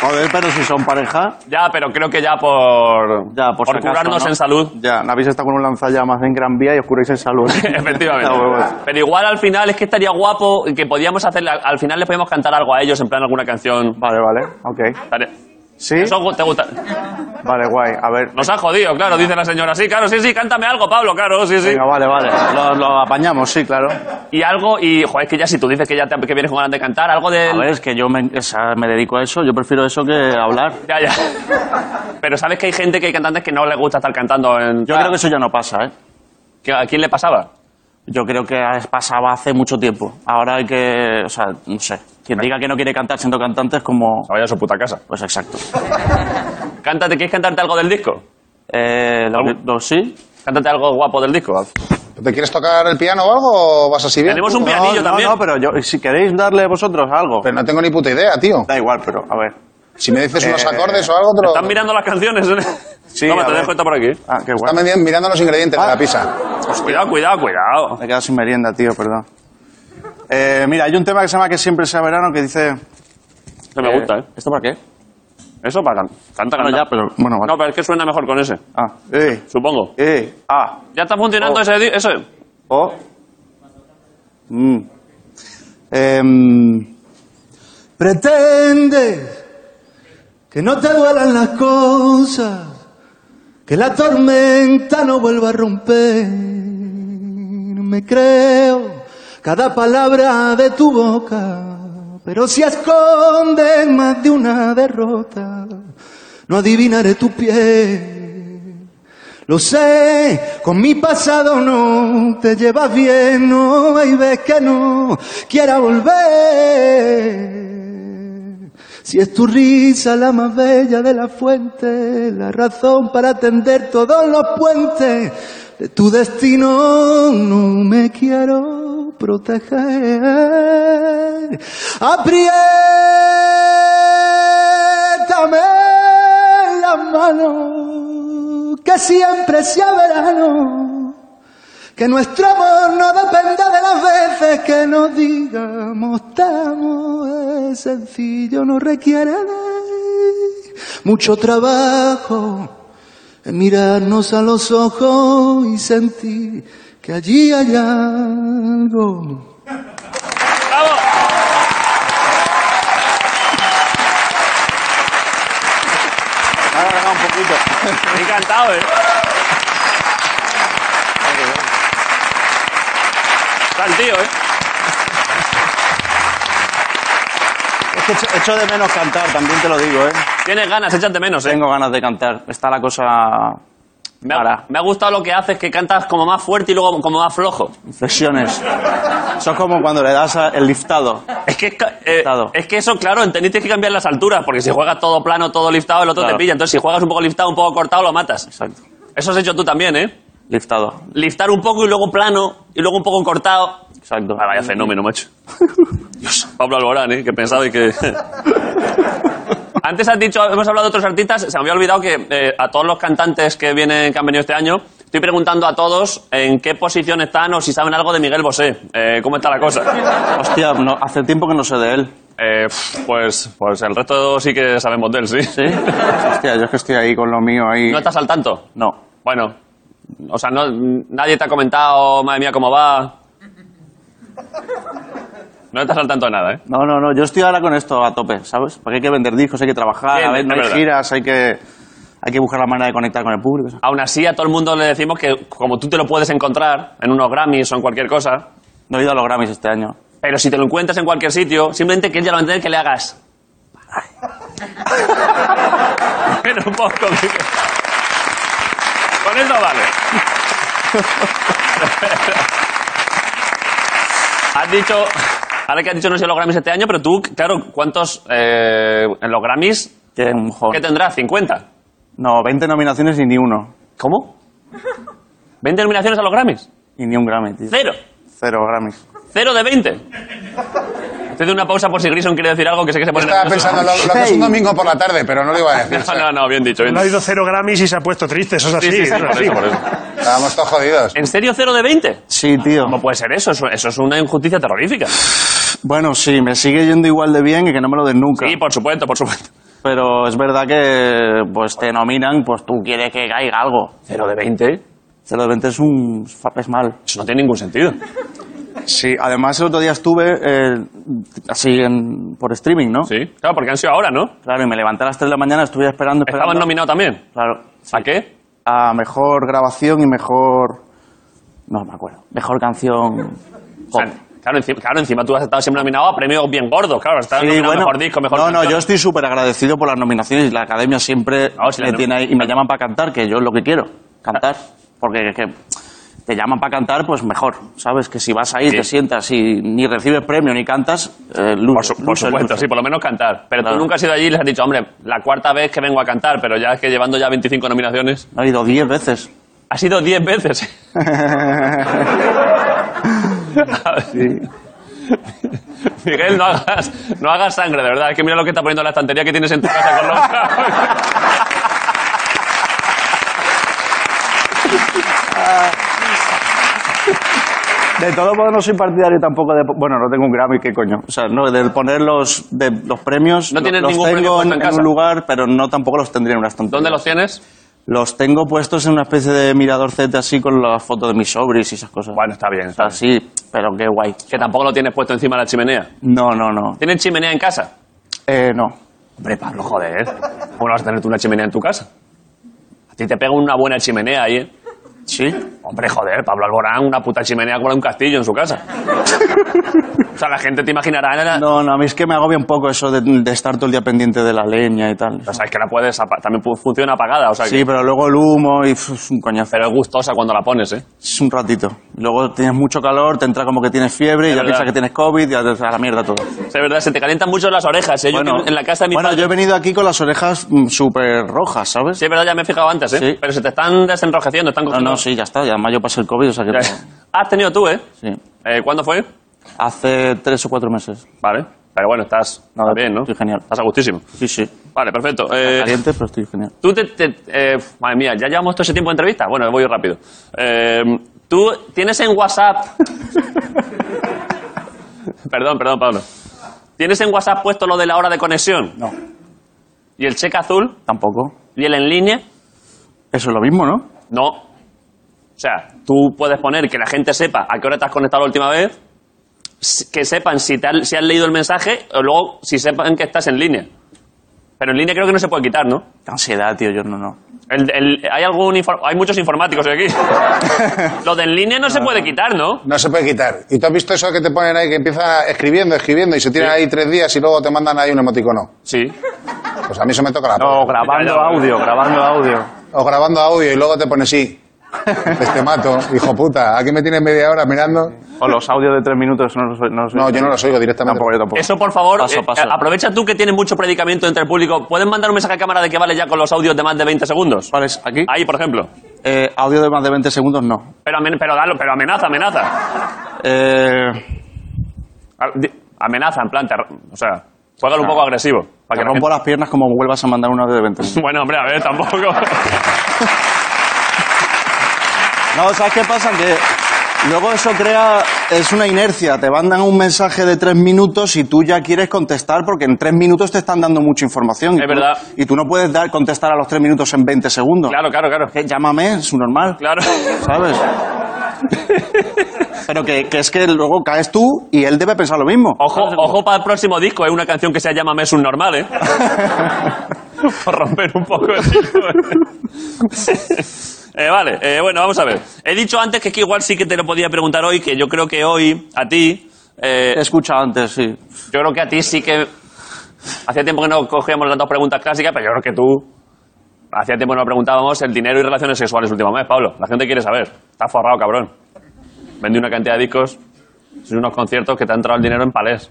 Joder, pero si son pareja, Ya, pero creo que ya por... ya, por, si acaso, curarnos ¿no? en salud. Ya, no habéis estado con un lanzallamas en Gran Vía y os curáis en salud. Efectivamente. Ya, huevos. Pero igual al final es que estaría guapo que podíamos hacerle... Al final les podíamos cantar algo a ellos, en plan alguna canción. Vale, vale, ok. Estaría- ¿Sí? Eso gu- te gusta. Vale, guay. A ver, Nos han jodido, claro, dice la señora. Sí, claro, sí, sí, cántame algo, Pablo, claro, sí, sí. venga, vale, vale. Lo, lo apañamos, sí, claro. Y algo, y joder, es que ya si tú dices que ya te, que vienes con ganas de cantar, algo de. A ver, es que yo me, o sea, me dedico a eso, yo prefiero eso que hablar. Ya, ya. Pero sabes que hay gente que hay cantantes que no les gusta estar cantando en. Yo creo que eso ya no pasa, ¿eh? que. ¿A quién le pasaba? Yo creo que pasaba hace mucho tiempo. Ahora hay que, o sea, no sé. Quien diga que no quiere cantar siendo cantante es como... Se vaya a su puta casa. Pues exacto. Cántate, ¿quieres cantarte algo del disco? Eh, lo, que- lo- sí. Cántate algo guapo del disco. ¿Te quieres tocar el piano o algo o vas así bien? Tenemos un No, pianillo no, también. no, pero yo, si queréis darle vosotros algo. Pero no tengo ni puta idea, tío. Da igual, pero a ver. Si me dices unos Eh, acordes o algo, te lo... Están mirando las canciones, ¿eh? Sí, Toma, a te ver. dejo esto por aquí. Ah, qué Están guay. Ah, medi- mirando los ingredientes de la pizza. Cuidado, cuidado, cuidado. Me he quedado sin merienda, tío, perdón. Eh, mira, hay un tema que se llama Que siempre sea verano que dice... Eso me gusta, ¿eh? ¿Esto para qué? Eso para can- canta, Bueno, canta. ya, pero bueno, vale. No, pero es que suena mejor con ese, Ah, eh, supongo. eh, ah, ¿Ya está funcionando Oh. ese, di- ese? o... Mm. Em, Pretende que no te duelan las cosas, que la tormenta no vuelva a romper. Me creo cada palabra de tu boca, pero si escondes más de una derrota, no adivinaré tu pie. Lo sé, con mi pasado no te llevas bien, no, y ves que no quiera volver. Si es tu risa la más bella de la fuente, la razón para tender todos los puentes de tu destino, no me quiero proteger. Apriétame la mano, que siempre sea verano. Que nuestro amor no dependa de las veces que nos digamos te amo. Es sencillo, no requiere de mucho trabajo. Es mirarnos a los ojos y sentir que allí hay algo. ¡Bravo! ha alargado un poquito. Me ha encantado, ¿eh? Está el tío, ¿eh? que echo, echo de menos cantar, también te lo digo, ¿eh? Tienes ganas, échate menos, ¿eh? Tengo ganas de cantar. Está la cosa Me ha, para me ha gustado lo que haces, que cantas como más fuerte y luego como más flojo. Flexiones. Eso es como cuando le das a- el liftado. Es que, es ca- eh, Liftado. es que eso, claro, tenéis que cambiar las alturas, porque si juegas todo plano, todo liftado, el otro Claro. te pilla. Entonces, si juegas un poco liftado, un poco cortado, lo matas. Exacto. Eso has hecho tú también, ¿eh? Liftado. Liftar un poco y luego plano, y luego un poco cortado. Exacto. Ah, vaya fenómeno, macho. Dios, Pablo Alborán, ¿eh? Que pensaba y que... Antes has dicho, hemos hablado de otros artistas, se me había olvidado que eh, a todos los cantantes que vienen, que han venido este año, estoy preguntando a todos en qué posición están o si saben algo de Miguel Bosé. Eh, ¿Cómo está la cosa? Hostia, no- hace tiempo que no sé de él. Eh, pues, pues el resto sí que sabemos de él, sí. ¿Sí? Hostia, yo es que estoy ahí con lo mío ahí. ¿No estás al tanto? No. Bueno, o sea, no, nadie te ha comentado, madre mía, cómo va. No estás al tanto de nada, ¿eh? No, no, no, yo estoy ahora con esto a tope, ¿sabes? Porque hay que vender discos, hay que trabajar, Bien, a ver, es no hay verdad. giras, hay que, hay que buscar la manera de conectar con el público. ¿sabes? Aún así, a todo el mundo le decimos que como tú te lo puedes encontrar en unos Grammys o en cualquier cosa, No he ido a los Grammys este año. pero si te lo encuentras en cualquier sitio, simplemente que él ya lo va a entender que le hagas. Pero un poco. Miguel. Con eso vale. Has dicho, ahora que has dicho no sé los Grammys este año, pero tú, claro, ¿cuántos eh, en los Grammys? Que un jod- ¿Qué tendrás? ¿50? No, 20 nominaciones y ni uno. ¿Cómo? ¿20 nominaciones a los Grammys? Y ni un Grammy, tío. Cero. Cero Grammys. Cero de 20. Estoy de una pausa por si Grison quiere decir algo que sé que se pone Estaba nervioso. pensando lo, lo que es un domingo por la tarde, pero no lo iba a decir. o sea, No, no, no, bien dicho, bien No ha dicho. ido cero Grammys y se ha puesto triste, eso es así. Sí, sí, sí, eso es por así. eso, por eso. Estábamos todos jodidos. ¿En serio cero de 20? Sí, tío. ¿Cómo puede ser eso? Eso, eso es una injusticia terrorífica. Bueno, sí, me sigue yendo igual de bien y que no me lo den nunca. Sí, por supuesto, por supuesto. Pero es verdad que pues te nominan, pues tú quieres que caiga algo. ¿Cero de 20? Cero de 20 es un... es mal. Eso no tiene ningún sentido. Sí, además el otro día estuve eh, así en, por streaming, ¿no? Sí, claro, porque han sido ahora, ¿no? Claro, y me levanté a las 3 de la mañana, estuve esperando, esperando. Estaban nominados también. Claro. ¿A qué? A mejor grabación y mejor... No me acuerdo. Mejor canción... O pop. sea, claro, encima, claro, encima tú has estado siempre nominado a premios bien gordos, claro. Estás Sí, nominado a bueno, mejor disco, mejor no, no, canción. yo estoy súper agradecido por las nominaciones y la academia siempre No, Ah. si la me nom- tiene ahí y me llaman para cantar, que yo es lo que quiero, cantar. Porque es que te llaman para cantar, pues mejor, ¿sabes? Que si vas ahí, Sí. te sientas y ni recibes premio ni cantas, eh, Por, luces, su- por luces, supuesto, luces. sí, por lo menos cantar. Pero Claro. tú nunca has ido allí y les has dicho, hombre, la cuarta vez que vengo a cantar, pero ya es que llevando ya 25 nominaciones. No he ido 10 veces. Ha sido 10 veces. Miguel, no hagas, no hagas sangre, de verdad. Es que mira lo que está poniendo en la estantería que tienes en tu casa con los... De todo modo, no soy partidario tampoco de. Bueno, no tengo un Grammy, ¿qué coño? O sea, no, de poner los, de, los premios. No tienes los ningún premio tengo puesto en, en en casa. un lugar, pero no tampoco los tendría en una estantería. ¿Dónde los tienes? Los tengo puestos en una especie de mirador Z así con las fotos de mis sobris y esas cosas. Bueno, está bien. está bien. Así, pero qué guay. Que tampoco lo tienes puesto encima de la chimenea. No, no, no. ¿Tienes chimenea en casa? Eh, no. Hombre, Pablo, joder. ¿Cómo no vas a tener tú una chimenea en tu casa? A ti te pega una buena chimenea ahí, ¿eh? ¿Sí? Hombre, joder, Pablo Alborán, una puta chimenea como la de un castillo en su casa. o sea, la gente te imaginará... la- No, no, a mí es que me agobia un poco eso de, de estar todo el día pendiente de la leña y tal. O sea, es que la puedes... apa- También pu- funciona apagada, o sea... que- Sí, pero luego el humo y pf, es un coñazo. Pero es gustosa cuando la pones, ¿eh? Es un ratito. Luego tienes mucho calor, te entra como que tienes fiebre, y ya verdad. piensas que tienes COVID, ya te- a la mierda todo. Es verdad, se te calientan mucho las orejas, ¿eh? Yo que en la casa de mi bueno, padre... yo he venido aquí con las orejas mm, súper rojas, ¿sabes? Sí, es verdad, ya me he fijado antes, ¿eh? Sí. Pero se te están desenrojeciendo, están No, cogiendo... no, sí, ya está. ya Además yo pasé el COVID, o sea que... Pues Ya. no. Has tenido tú, ¿eh? Sí. Eh, ¿Cuándo fue? Hace tres o cuatro meses. Vale. Pero bueno, estás Nada, bien, ¿no? estoy genial. Estás a gustísimo. Sí, sí. Vale, perfecto. Eh, Caliente, pero estoy genial. tú te... te- eh, madre mía, ¿ya llevamos todo ese tiempo de entrevista? Bueno, voy rápido. Eh, tú tienes en WhatsApp... perdón, perdón, Pablo. ¿Tienes en WhatsApp puesto lo de la hora de conexión? No. ¿Y el cheque azul? Tampoco. ¿Y el en línea? Eso es lo mismo, ¿no? No. O sea, tú puedes poner que la gente sepa a qué hora te has conectado la última vez, s- que sepan si, te han, si han leído el mensaje o luego si sepan que estás en línea. Pero en línea creo que no se puede quitar, ¿no? Qué ansiedad, tío, yo no, no. El- el- hay, algún infor- hay muchos informáticos aquí. Lo de en línea no se puede quitar, ¿no? No se puede quitar. ¿Y tú has visto eso que te ponen ahí que empieza escribiendo, escribiendo y se tiran ahí tres días y luego te mandan ahí un emoticono? Sí. Pues a mí se me toca la polla. No, grabando Ya, ya, ya. audio, grabando audio. O grabando audio y luego te pones sí. Este mato, hijo puta. Aquí me tienes media hora mirando. O los audios de tres minutos no los, no los No, yo no los oigo directamente. Tampoco, yo tampoco. Eso, por favor, Paso, eh, paso. eh, aprovecha tú que tienes mucho predicamento entre el público. ¿Pueden mandar un mensaje a cámara de que vale ya con los audios de más de 20 segundos? ¿Cuál es? ¿Aquí? Ahí, por ejemplo. Eh, audio de más de 20 segundos, no. Pero, amen- pero, dalo, pero amenaza, amenaza. Eh, A- di- Amenaza, en plan, te r- o sea, juégalo un poco agresivo. Para te que la rompo las piernas como vuelvas a mandar un audio de 20 segundos. gente- Bueno, hombre, a ver, tampoco. No, ¿sabes qué pasa? Que luego eso crea, es una inercia. Te mandan un mensaje de tres minutos y tú ya quieres contestar porque en tres minutos te están dando mucha información. y Es tú- verdad. Y tú no puedes dar, contestar a los tres minutos en 20 segundos. claro, claro, claro. Que llámame, es normal. Claro. ¿Sabes? Pero que, que es que luego caes tú y él debe pensar lo mismo. Ojo, ojo para el próximo disco, es una canción que se llama Me es un normal, ¿eh? Por romper un poco el disco, ¿eh? Eh, vale, eh, bueno, vamos a ver. He dicho antes que, es que igual sí que te lo podía preguntar hoy, que yo creo que hoy, a ti, eh, He escuchado antes, sí. yo creo que a ti sí que... Hacía tiempo que no cogíamos las dos preguntas clásicas, pero yo creo que tú... Hacía tiempo que no preguntábamos el dinero y relaciones sexuales último mes, Pablo. La gente quiere saber. Estás forrado, cabrón. Vendí una cantidad de discos en unos conciertos que te ha entrado el dinero en palés.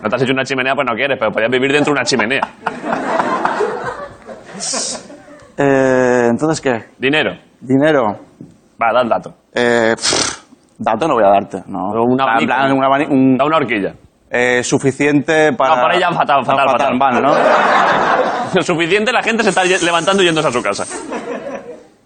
No te has hecho una chimenea, pues no quieres, pero podías vivir dentro de una chimenea. Eh, Entonces, ¿qué? Dinero. Dinero. Va, da el dato. Eh, pff, dato no voy a darte, ¿no. Pero un En abanico. plan, un abani- un- Da una horquilla. eh, suficiente para... No, para ella fatal, No, fatal, fatal. vale, ¿no? Suficiente, la gente se está ye- levantando y yéndose a su casa.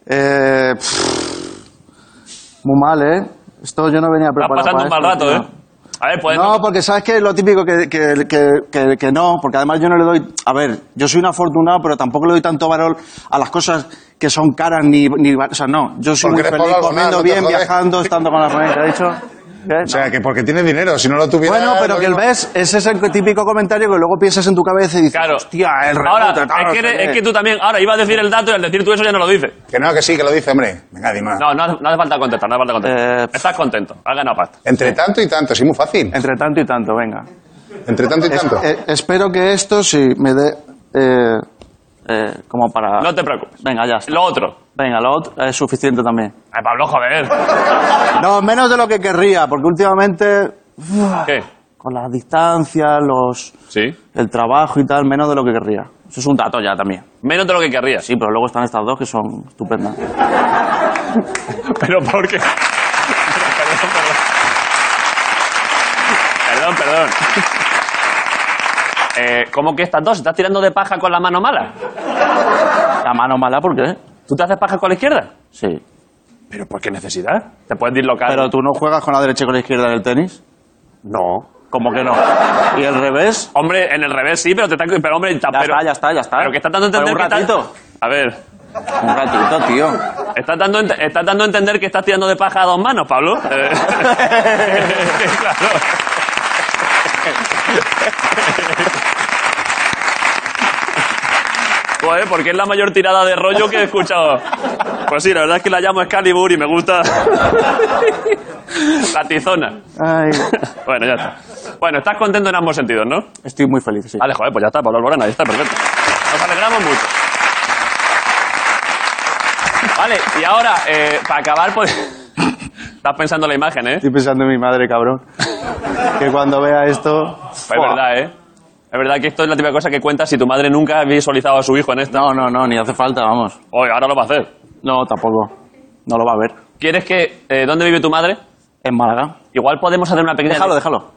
Eh, pff, muy mal, ¿eh? Esto yo no venía Estás preparado pasando un mal para esto, rato, ¿eh? tío. A ver, pues... No, porque sabes que lo típico que, que, que- que- que no, porque además yo no le doy. A ver, yo soy un afortunado, pero tampoco le doy tanto valor a las cosas que son caras ni. ni va- o sea, no. Yo soy Porque muy eres feliz Pablo Albornoz, comiendo no te bien, jodes. viajando, estando con la familia, ¿te he dicho? ¿Qué? O sea, que porque tienes dinero, si no lo tuviera... Bueno, pero lo que el mismo- ves, ese es el típico comentario que luego piensas en tu cabeza y dices, Claro. hostia, el Ahora, rebote, tal, es que, no sé eres- es qué". que tú también... Ahora, iba a decir el dato y al decir tú eso ya no lo dices. Que no, que sí, que lo dice, hombre. Venga, dime. No, no hace, no hace falta contestar, no hace falta contestar. Ah. Eh, pff. Estás contento, has ganado pasta. Entre tanto y tanto, sí, muy fácil. Entre tanto y tanto, venga. Entre tanto y tanto. Eh, espero que esto sí me dé. eh, eh, como para. No te preocupes. Venga, ya. está. Lo otro. Venga, lo otro es suficiente también. Ay, Pablo, joder. No, menos de lo que querría, porque últimamente. ¿Qué? Ah, Con las distancias, los, Sí. el trabajo y tal, menos de lo que querría. Eso es un dato ya también. Menos de lo que querrías. Sí, pero luego están estas dos que son estupendas. Pero porque. perdón, perdón. Perdón, perdón. Eh, ¿Cómo que estas dos? ¿Estás tirando de paja con la mano mala? La mano mala, ¿por qué? ¿Tú te haces paja con la izquierda? Sí. ¿Pero por qué necesidad? ¿Te puedes dislocar? Pero tú no juegas con la derecha y con la izquierda en el tenis. No. ¿Cómo que no? ¿Y el revés? Hombre, en el revés sí, pero te está... Pero, hombre, ta- Ya pero, está, ya está, ya está. Pero que estás dando a Pero entender que un ratito. estás- A ver, Un ratito, tío. estás dando, ent- estás dando a entender que estás tirando de paja a dos manos, Pablo. Eh, claro. Joder, porque es la mayor tirada de rollo que he escuchado. Pues sí, la verdad es que la llamo Excalibur y me gusta. la tizona. Ay, bueno, ya está. Bueno, estás contento en ambos sentidos, ¿no? estoy muy feliz, sí. Vale, joder, pues ya está, Pablo Alborán, ahí está, perfecto. Nos alegramos mucho. Vale, y ahora, eh, para acabar, pues... Estás pensando en la imagen, ¿eh? Estoy pensando en mi madre, cabrón. Que cuando vea esto. Pues es verdad, ¿eh? Es verdad que esto es la típica cosa que cuenta si tu madre nunca ha visualizado a su hijo en esta. No, no, no, ni hace falta, vamos. Oye, ahora lo va a hacer. No, tampoco. No lo va a ver. ¿Quieres que... eh, ¿Dónde vive tu madre? En Málaga. Igual podemos hacer una pequeña... Déjalo, déjalo.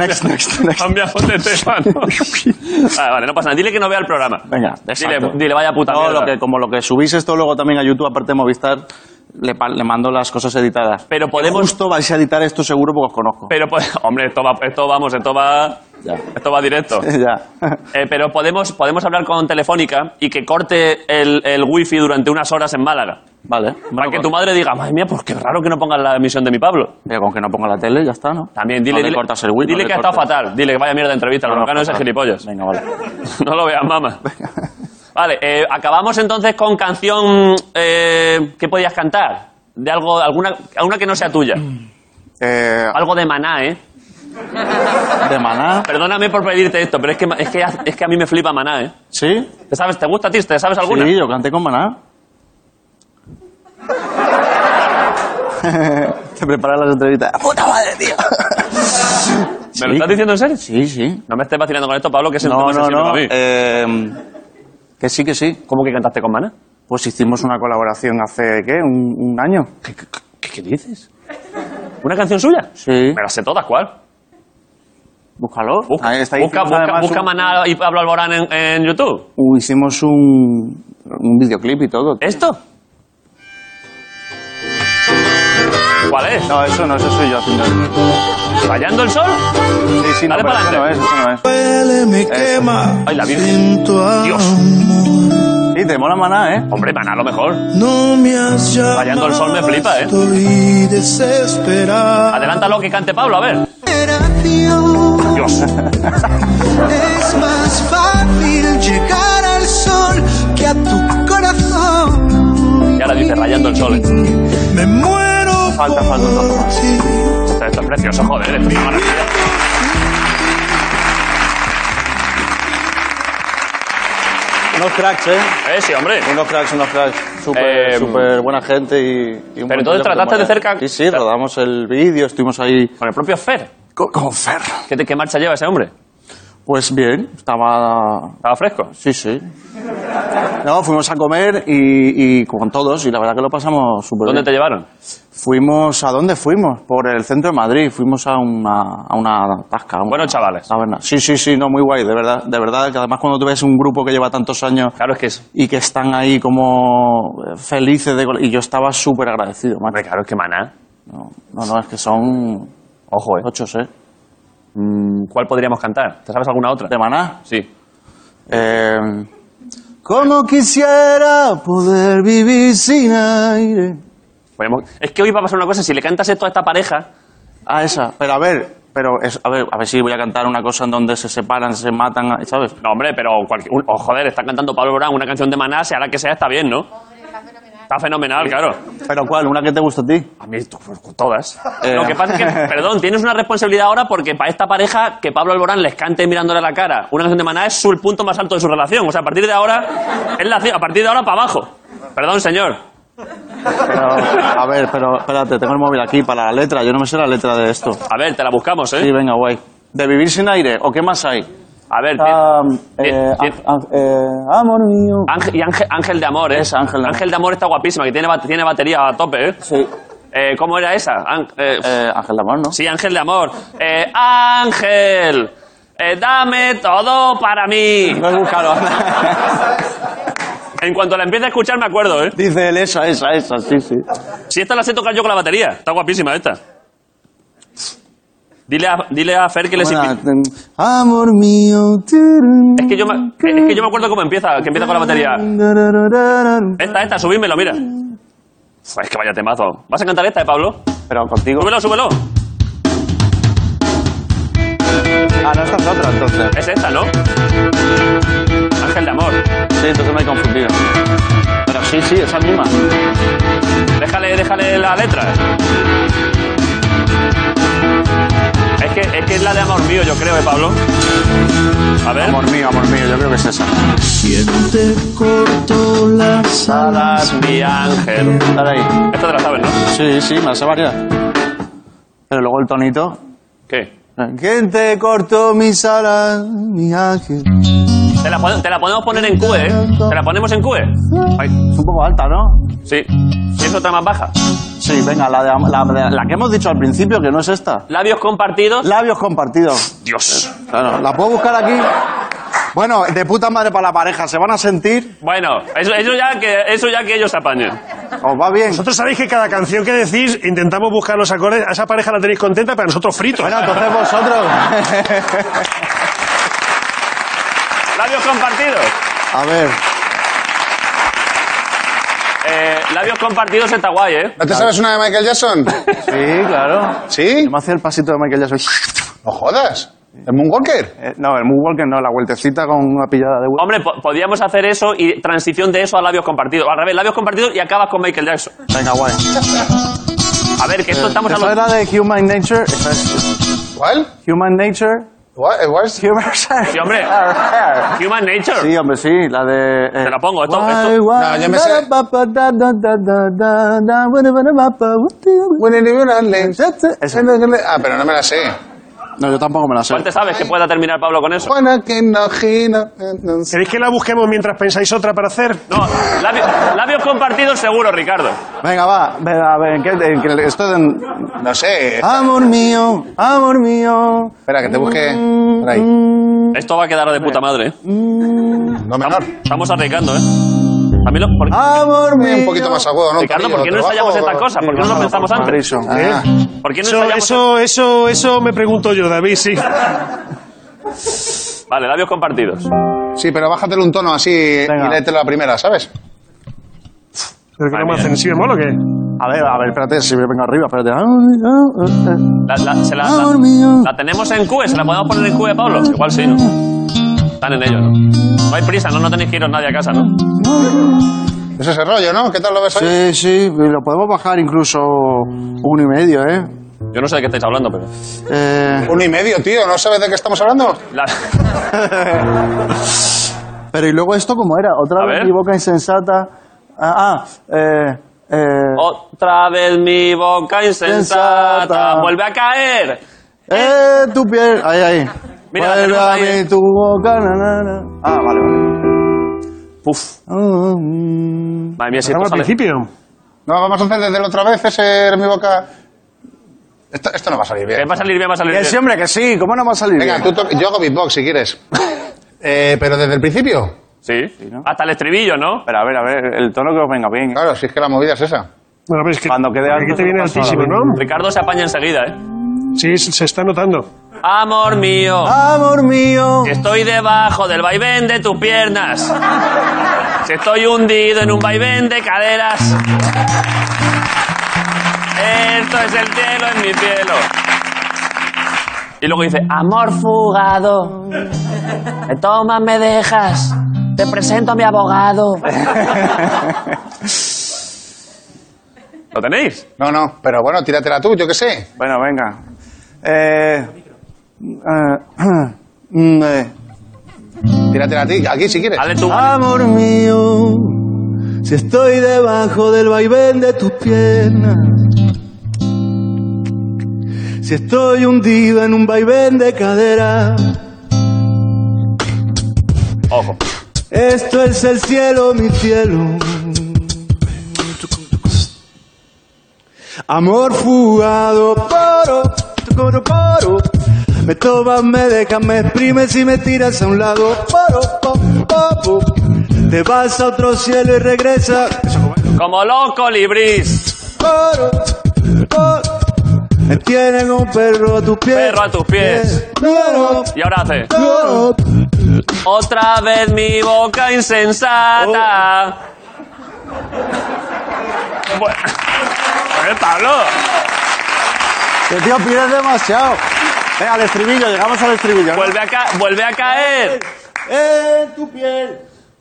next, next, next. Cambiamos de tema, ¿no? vale, vale, no pasa nada. Dile que no vea el programa. Venga, Dile, exacto. dile, vaya puta No, mierda. lo que, como lo que subís esto luego también a YouTube, aparte de Movistar, le, pa- le mando las cosas editadas. Pero podemos- Justo vais a editar esto seguro porque os conozco. Pero, pues, hombre, esto va... Esto, vamos, esto va... Ya. Esto va directo. ya. Eh, pero podemos, podemos hablar con Telefónica y que corte el, el wifi durante unas horas en Málaga. Vale. Para Bueno, que con- tu madre diga, madre mía, pues qué raro que no pongas la emisión de mi Pablo. Mira, Eh, con que no ponga la tele, ya está, ¿no? También No dile, le dile, cortas el Wii, no dile le que ha estado cortas. fatal. Dile que vaya mierda de entrevista, lo No, no, no, ese fatal. gilipollas. Venga, vale. no lo veas, mamá. Vale, eh, acabamos entonces con canción eh, ¿Qué podías cantar. De algo, alguna, alguna que no sea tuya. Eh, Algo de maná, ¿eh? De maná. Perdóname por pedirte esto, pero es que, ma- es que, ha- es que a mí me flipa maná, ¿eh? ¿Sí? ¿Te, sabes, ¿Te gusta a ti? ¿Te sabes alguna? Sí, yo canté con maná. Te preparas las entrevistas. ¡Puta madre, tío! ¿Me lo estás diciendo en serio? Sí, sí. No me estés vacilando con esto, Pablo, que es el No, tema no, sensible no. para mí. eh, que sí, que sí. ¿Cómo que cantaste con maná? Pues hicimos una colaboración hace, ¿qué? ¿Un, un año? ¿Qué, qué- qué- qué dices? ¿Una canción suya? Sí. Me las sé todas, ¿cuál? Búscalo. Busca, Ahí está, busca, hicimos busca- además busca un- Maná y Pablo Alborán en, en YouTube. un- Hicimos un, un videoclip y todo. ¿Esto? ¿Cuál es? No, eso no, eso soy yo haciendo. ¿Rayando el sol? Sí, sí, no, Dale pero para eso no es, adelante. eso no es. quema. Ay, la Virgen. Dios. Sí, te mola maná, ¿eh? Hombre, Maná, a lo mejor. No me has llamado. Rayando el sol me flipa, ¿eh? Estoy desesperado. Adelántalo que cante Pablo, a ver. Dios. Es más fácil llegar al sol que a tu corazón. Y ahora dice Rayando el sol. Esto, Me muero Falta, falta un trozo más. esto es precioso, joder. Esto es una maravilla. Unos cracks, ¿eh? Eh, sí, hombre. Unos cracks, unos cracks. Súper, Eh, súper buena gente y... y un buen entonces rollo que te trataste de mola. cerca- Sí, sí, rodamos el vídeo, estuvimos ahí Con el propio Fer. con, con Fer. ¿Qué, te- qué marcha lleva ese hombre? Pues bien, estaba... ¿Estaba fresco? Sí, sí. No, fuimos a comer y, y con todos y la verdad que lo pasamos súper bien. ¿Dónde te llevaron? Fuimos, ¿a dónde fuimos? Por el centro de Madrid, fuimos a una, a una tasca. a una Buenos chavales. taberna. Sí, sí, sí, no, muy guay, de verdad, de verdad, que además cuando tú ves un grupo que lleva tantos años Claro, es que es... y que están ahí como eh, felices de... gol- Y yo estaba súper agradecido, Hombre, macho. claro, es que Maná. No, no, no, es que son Ojo, eh. ocho, ¿eh? Mm, ¿Cuál podríamos cantar? ¿Te sabes alguna otra? De maná. Sí. Eh, ¿Cómo quisiera poder vivir sin aire? Ponemos- Es que hoy va a pasar una cosa, si le cantas esto a esta pareja, Ah, esa, pero a ver, pero es- a ver, a ver si voy a cantar una cosa en donde se separan, se matan, ¿sabes? no hombre, pero cualquier... un- oh, joder, está cantando Pablo Brown una canción de Maná, sea la que sea, está bien, ¿no? Está fenomenal, claro. ¿Pero cuál? ¿Una que te gusta a ti? A mí to- pues, todas. Eh. Lo que pasa es que, perdón, tienes una responsabilidad ahora porque para esta pareja que Pablo Alborán les cante mirándole a la cara una canción de Maná es su- el punto más alto de su relación. O sea, a partir de ahora, es la, a partir de ahora para abajo. Perdón, señor. Pero, a ver, pero espérate, tengo el móvil aquí para la letra, yo no me sé la letra de esto. A ver, te la buscamos, Sí, ¿eh? venga, guay. ¿De vivir sin aire o qué más hay? A ver, Ah, ti- eh, ti- Ángel- Ángel- eh, amor mío. Ángel, y Ángel, Ángel de Amor, ¿eh? Esa, Ángel de Amor. Amor está guapísima, que tiene, bat- tiene batería a tope, ¿eh? Sí. Eh, ¿Cómo era esa? Ángel... Eh, Ángel de Amor, ¿no? Sí, Ángel de Amor. Eh, ángel, eh, dame todo para mí. No es buscado. En cuanto la empiece a escuchar me acuerdo, ¿eh? Dice él, esa, esa, esa, sí, sí. Si esta la sé tocar yo con la batería. Está guapísima esta. Dile a, dile a Fer que les Bueno, invite- ten- amor mío. Es que, yo me, es que yo me acuerdo cómo empieza, que empieza con la batería. Esta, esta, subídmelo, mira. Joder, es que vaya temazo. ¿Vas a cantar esta, eh, Pablo? Pero contigo. Súbelo, súbelo. Ah, no, esta es otra, entonces. Es esta, ¿no? Ángel de amor. Sí, entonces me he confundido. Pero sí, sí, esa misma. Déjale, déjale la letra. Es que, es que es la de amor mío, yo creo, ¿eh, Pablo? A ver. Amor mío, amor mío, yo creo que es esa. Siente corto las Alas, mi ángel. Dale ahí. Esta te la sabes, ¿no? Sí, sí, me la sé varias. Pero luego el tonito. ¿Qué? ¿Quién te cortó mis alas, mi ángel? Te la, pon- te la podemos poner en Q, ¿eh? Te la ponemos en Q. Ay, Es un poco alta, ¿no? sí. ¿Tienes otra más baja? Sí, venga, la, de, la, de- la que hemos dicho al principio, que no es esta. Labios compartidos. Labios compartidos. Dios. Claro, ¿la puedo buscar aquí? Bueno, de puta madre para la pareja, se van a sentir. Bueno, eso, eso ya que, eso ya que ellos apañen. ¿Os va bien? Vosotros sabéis que cada canción que decís intentamos buscar los acordes. A esa pareja la tenéis contenta, pero a nosotros fritos. Bueno, entonces vosotros. Labios compartidos. A ver, Eh, Labios compartidos está guay, ¿eh? ¿No te sabes una de Michael Jackson? Sí, claro. ¿Sí? Me hace el pasito de Michael Jackson. No jodas. ¿El Moonwalker? Eh, no, el Moonwalker no, la vueltecita con una pillada de huevo. Hombre, po- podíamos hacer eso y transición de eso a labios compartidos. Al revés, labios compartidos y acabas con Michael Jackson. Venga, guay. Eh, A ver, que esto estamos Esa hablando... era de Human Nature. Esa es ¿Cuál? Human Nature. ¿Cuál? ¿Cuál? Human Sí, hombre. Human Nature. Ah, eh. Sí, hombre, sí, la de... eh, Te la pongo, esto- Why, esto- why, No, yo me sé- da, da, da, da, da, da, da, da, da, da, When in the island. Esa. Ah, pero no me la sé. No, yo tampoco me la sé. ¿Cuál te sabes que pueda terminar Pablo con eso? Juana que no gira. ¿Queréis que la busquemos mientras pensáis otra para hacer? No, labio- labios compartidos seguro, Ricardo. Venga, va. Venga, a ver, ¿en qué, en qué- esto de- No sé. Amor mío, amor mío. Espera, que te busque. por ahí. Esto va a quedar de puta madre. ¿eh? No menor. Estamos arriesgando, ¿eh? A mí lo- ¿por- Amor mío. Un poquito más agudo, ¿no? Ricardo, ¿por qué no Trabajo- ensayamos estas cosas? ¿Por qué no lo pensamos antes? Madriso. Ah, ¿Por qué no Eso, ensayamos eso, eso, eso me pregunto yo, David, sí. Vale, labios compartidos. Sí, pero bájatelo un tono así y Venga. léetelo a la primera, ¿sabes? Pero que no me hacen, ¿sí bemol o qué? A ver, a ver, espérate, si me vengo arriba, espérate. Amor mío, eh, La, la- se la, la- amor mío. la tenemos en Q, ¿se la podemos poner en Q de Pablo? Igual sí, ¿no? Están en ello, ¿no? No hay prisa, ¿no? No tenéis que iros nadie a casa, ¿no? Es ese rollo, ¿no? ¿Qué tal lo ves ahí? Sí, sí, y lo podemos bajar incluso uno y medio, ¿eh? Yo no sé de qué estáis hablando, pero... eh Uno y medio, tío. ¿No sabes de qué estamos hablando? La- Pero y luego esto cómo era, otra A vez ver. mi boca insensata. Ah, ah eh, eh, Otra vez mi boca insensata Insensata. vuelve a caer. eh, tu piel, ahí, ahí. Mira, la Vuelve tenemos a ahí, mí eh. tu boca, na, na, na. Ah, vale, vale. Puf, Ah, mm. madre mía, si esto Estamos al sale... principio. No, vamos a hacer desde la otra vez ese en mi boca. Esto, esto no va a salir Que bien. Eh, va a salir bien, va a salir Que sí, bien. hombre, que sí, ¿cómo no va a salir Venga, bien? tú to- yo hago beatbox si quieres. Eh, pero desde el principio. Sí, hasta el estribillo, ¿no? Pero a ver, a ver, el tono que os venga bien. ¿eh? Claro, si es que la movida es esa. Bueno, pero es que Cuando quede aquí alto, te viene se lo altísimo, paso a ¿no? Ricardo se apaña enseguida, ¿eh? Sí, se se está notando. Amor mío, Amor mío. si estoy debajo del vaivén de tus piernas, si estoy hundido en un vaivén de caderas, esto es el cielo en mi cielo. Y luego dice, amor fugado, me tomas, me dejas, te presento a mi abogado. ¿Lo tenéis? No, no, pero bueno, tíratela tú, yo qué sé. Bueno, venga. Eh, eh, mm, eh. Tíratela a ti, aquí si quieres. Dale Ah. tú. Amor mío, si estoy debajo del vaivén de tus piernas, si estoy hundido en un vaivén de cadera, Ojo. esto es el cielo, mi cielo. Amor fugado, poro, poro, poro. Me tomas, me dejas, me exprimes y me tiras a un lado, poro, po, po, po. Te vas a otro cielo y regresas. Como los colibrís, Coro, coro. Me tienen un perro a tus pies. Perro a tus pies. Coro, y ahora hace. coro. Otra vez mi boca insensata. Bueno. Eh, Pablo, Que tío, pides demasiado. Venga, al estribillo, llegamos al estribillo. ¿no? Eh, vuelve a, ca- vuelve a caer. En tu piel.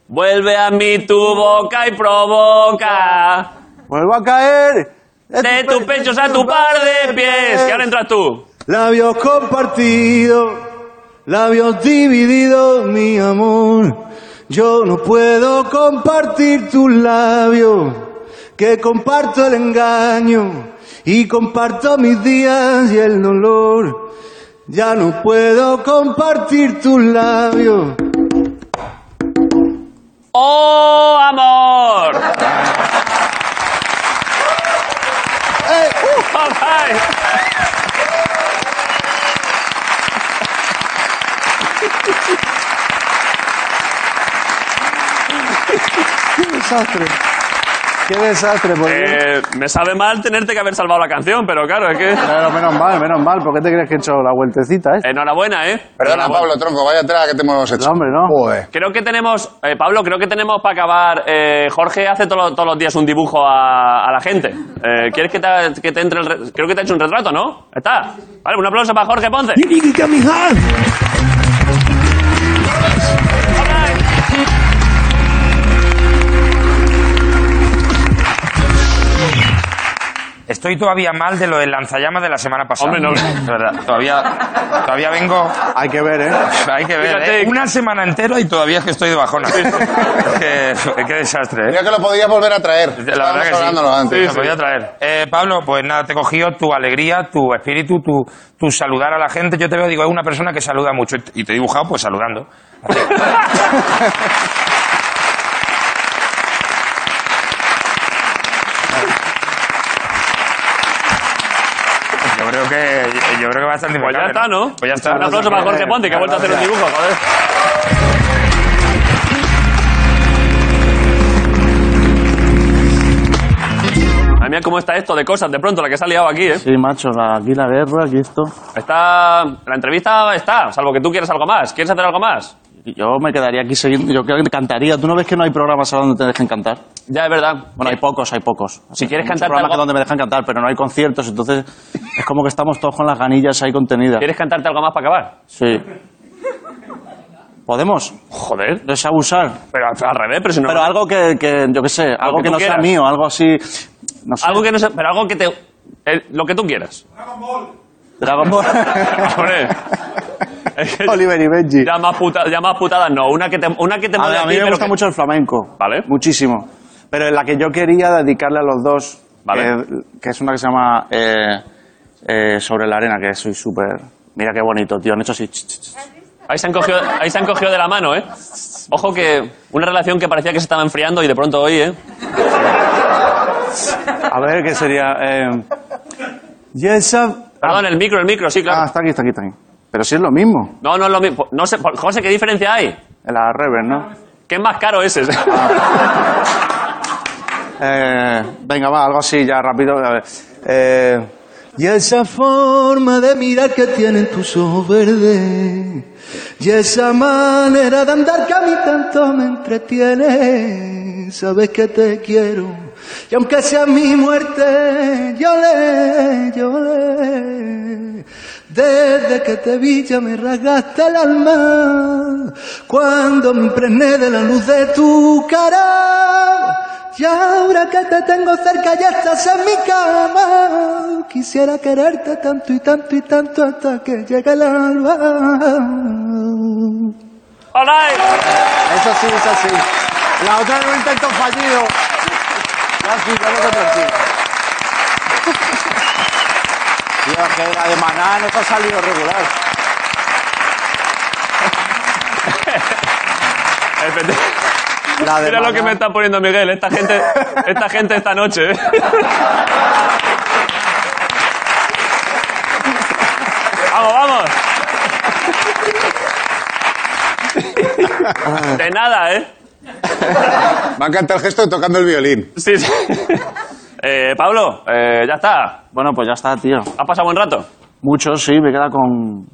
Vuelve a mí tu boca y provoca. Vuelvo a caer. De tus pechos a tu par de pies. Y ahora entras tú. Labios compartidos, labios divididos, mi amor. Yo no puedo compartir tus labios, que comparto el engaño y comparto mis días y el dolor. Ya no puedo compartir tus labios. ¡Oh, amor! All right. Desastre. Qué desastre, por Dios. Eh, me sabe mal tenerte que haber salvado la canción, pero claro, es que. Claro, menos mal, menos mal. ¿Por qué te crees que he hecho la vueltecita esta? Enhorabuena, ¿eh? Perdona, Enhorabuena. Pablo Tronco, vaya atrás que te hemos hecho. No, hombre, no. Joder. Creo que tenemos, eh, Pablo, creo que tenemos para acabar. eh, Jorge hace tolo- todos los días un dibujo a, a la gente. Eh, ¿Quieres que te, que te entre el.? re- Creo que te ha hecho un retrato, ¿no? Está. Vale, un aplauso para Jorge Ponce. Estoy todavía mal de lo del lanzallamas de la semana pasada. Hombre, no. Es verdad. Todavía, todavía vengo. Hay que ver, ¿eh? Hay que ver. Fíjate. ¿eh? Una semana entera y todavía es que estoy de bajona. Es que- qué desastre, ¿eh? Mira que lo podías volver a traer. La verdad Estábamos que sí. hablándolo antes. Sí, lo podía traer. Eh, Pablo, pues nada, te he cogido tu alegría, tu espíritu, tu, tu saludar a la gente. Yo te veo, digo, es una persona que saluda mucho. Y te- Y te he dibujado, pues saludando. Así. Yo creo que, yo creo que bastante Pues ya impecable, está, ¿no? Pues ya está. Un aplauso para Jorge Ponte, que ha vuelto a hacer un dibujo, joder. Madre mía, cómo está esto de cosas, de pronto, la que se ha liado aquí, ¿eh? Sí, macho, la- aquí la guerra, aquí esto. Está... La entrevista está, salvo que tú quieras algo más. ¿Quieres hacer algo más? Yo me quedaría aquí seguindo. Yo creo que cantaría. ¿Tú no ves que no hay programas ahora donde te dejen cantar? Ya, es verdad. Bueno, hay pocos, hay pocos. Si quieres Hay muchos cantarte programas algo- que donde me dejan cantar, pero no hay conciertos, entonces es como que estamos todos con las ganillas ahí contenidas. ¿Quieres cantarte algo más para acabar? Sí. ¿Podemos? Joder. No es abusar. Pero al al revés, pero si no... Pero algo que, que, yo qué sé, algo que que, tú no sea quieras. mío, algo así. No sé. Algo que no sé... Pero algo que te... eh, lo que tú quieras. Dragon Ball. Hombre. Es que Oliver y Benji. ya, más puta- ya más putadas no. Una que te, una que te A, mole ver, a ti, mí me pero gusta que- mucho el flamenco. Vale. Muchísimo. Pero en la que yo quería dedicarle a los dos, eh, Vale. que, que es una que se llama eh, eh, Sobre la arena, que soy súper... Mira qué bonito, tío. Han hecho así... ch, ch, ch. Ahí se, han cogido, ahí se han cogido de la mano, ¿eh? Ojo que una relación que parecía que se estaba enfriando y de pronto hoy, ¿eh? A ver, ¿qué sería? Eh, yes, ah, Perdón, el micro, el micro, sí, ah, claro. está aquí, está aquí, está aquí. Pero sí es lo mismo. No, no es lo mismo. No sé, José, ¿qué diferencia hay? En la rever, ¿no? ¿Qué es más caro ese? Eh, venga, va, algo así ya rápido. A ver. Eh, Y esa forma de mirar que tienen tus ojos verdes. Y esa manera de andar que a mí tanto me entretiene. Sabes que te quiero. Y aunque sea mi muerte, yo le, yo le. Desde que te vi ya me rasgaste el alma. Cuando me impregné de la luz de tu cara. Y ahora que te tengo cerca ya estás en mi cama. Quisiera quererte tanto y tanto y tanto hasta que llegue el alba. ¡Hola! eso sí, es así. La otra era un intento fallido. Ya sí, ya lo convertí. Tío, que la de Maná no te ha salido regular. La de Mira lo que Maná. me está poniendo Miguel, esta gente, esta gente esta noche. ¿eh? vamos, vamos. De nada, ¿eh? Me ha encantado el gesto de tocando el violín. Sí, sí. Eh, Pablo, eh, ya está. Bueno, pues ya está, tío. ¿Has pasado buen rato? Muchos, sí, me queda con...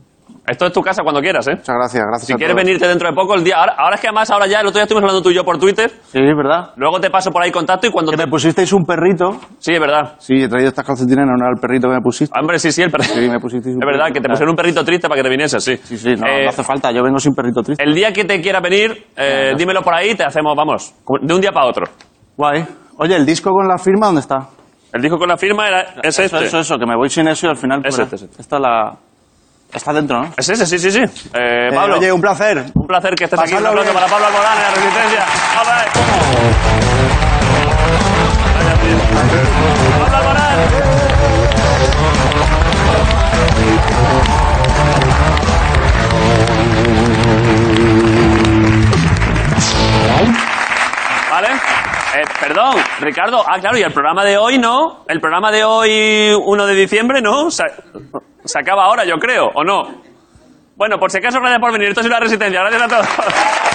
Esto es tu casa cuando quieras, ¿eh? Muchas gracias, gracias Si a quieres todos. venirte dentro de poco, el día. Ahora, ahora es que además, ahora ya, el otro día estuvimos hablando tú y yo por Twitter. Sí, ¿verdad? Luego te paso por ahí contacto y cuando Que te. me pusisteis un perrito. Sí, es verdad. Sí, he traído estas calcetines no era el perrito que me pusiste. Hombre, sí, sí, el perrito. Sí, me pusiste un Es verdad, perrito, que te claro. pusieron un perrito triste para que te vinieses, sí. Sí, sí, no, Eh, no hace falta. Yo vengo sin perrito triste. El día que te quiera venir, eh, dímelo por ahí y te hacemos, vamos, como- de un día para otro. Guay. Oye, ¿el disco con la firma dónde está? El disco con la firma era, es eso, este. eso, eso, que me voy sin eso y al final... Es fuera. este, es este. Está la... Está dentro, ¿no? Es ese, sí, sí, sí. Eh, Eh, Pablo, oye, un placer. un placer que estés aquí. Un pasadlo aplauso bien. para Pablo Alborán en la Resistencia. ¡Hola! Vaya, tío. Pablo Alborán. ¿Vale? Eh, perdón, Ricardo. Ah, claro, y el programa de hoy no. El programa de hoy, 1 de diciembre, no. Se, se acaba ahora, yo creo, ¿o no? Bueno, por si acaso, gracias por venir. Esto es la Resistencia. Gracias a todos.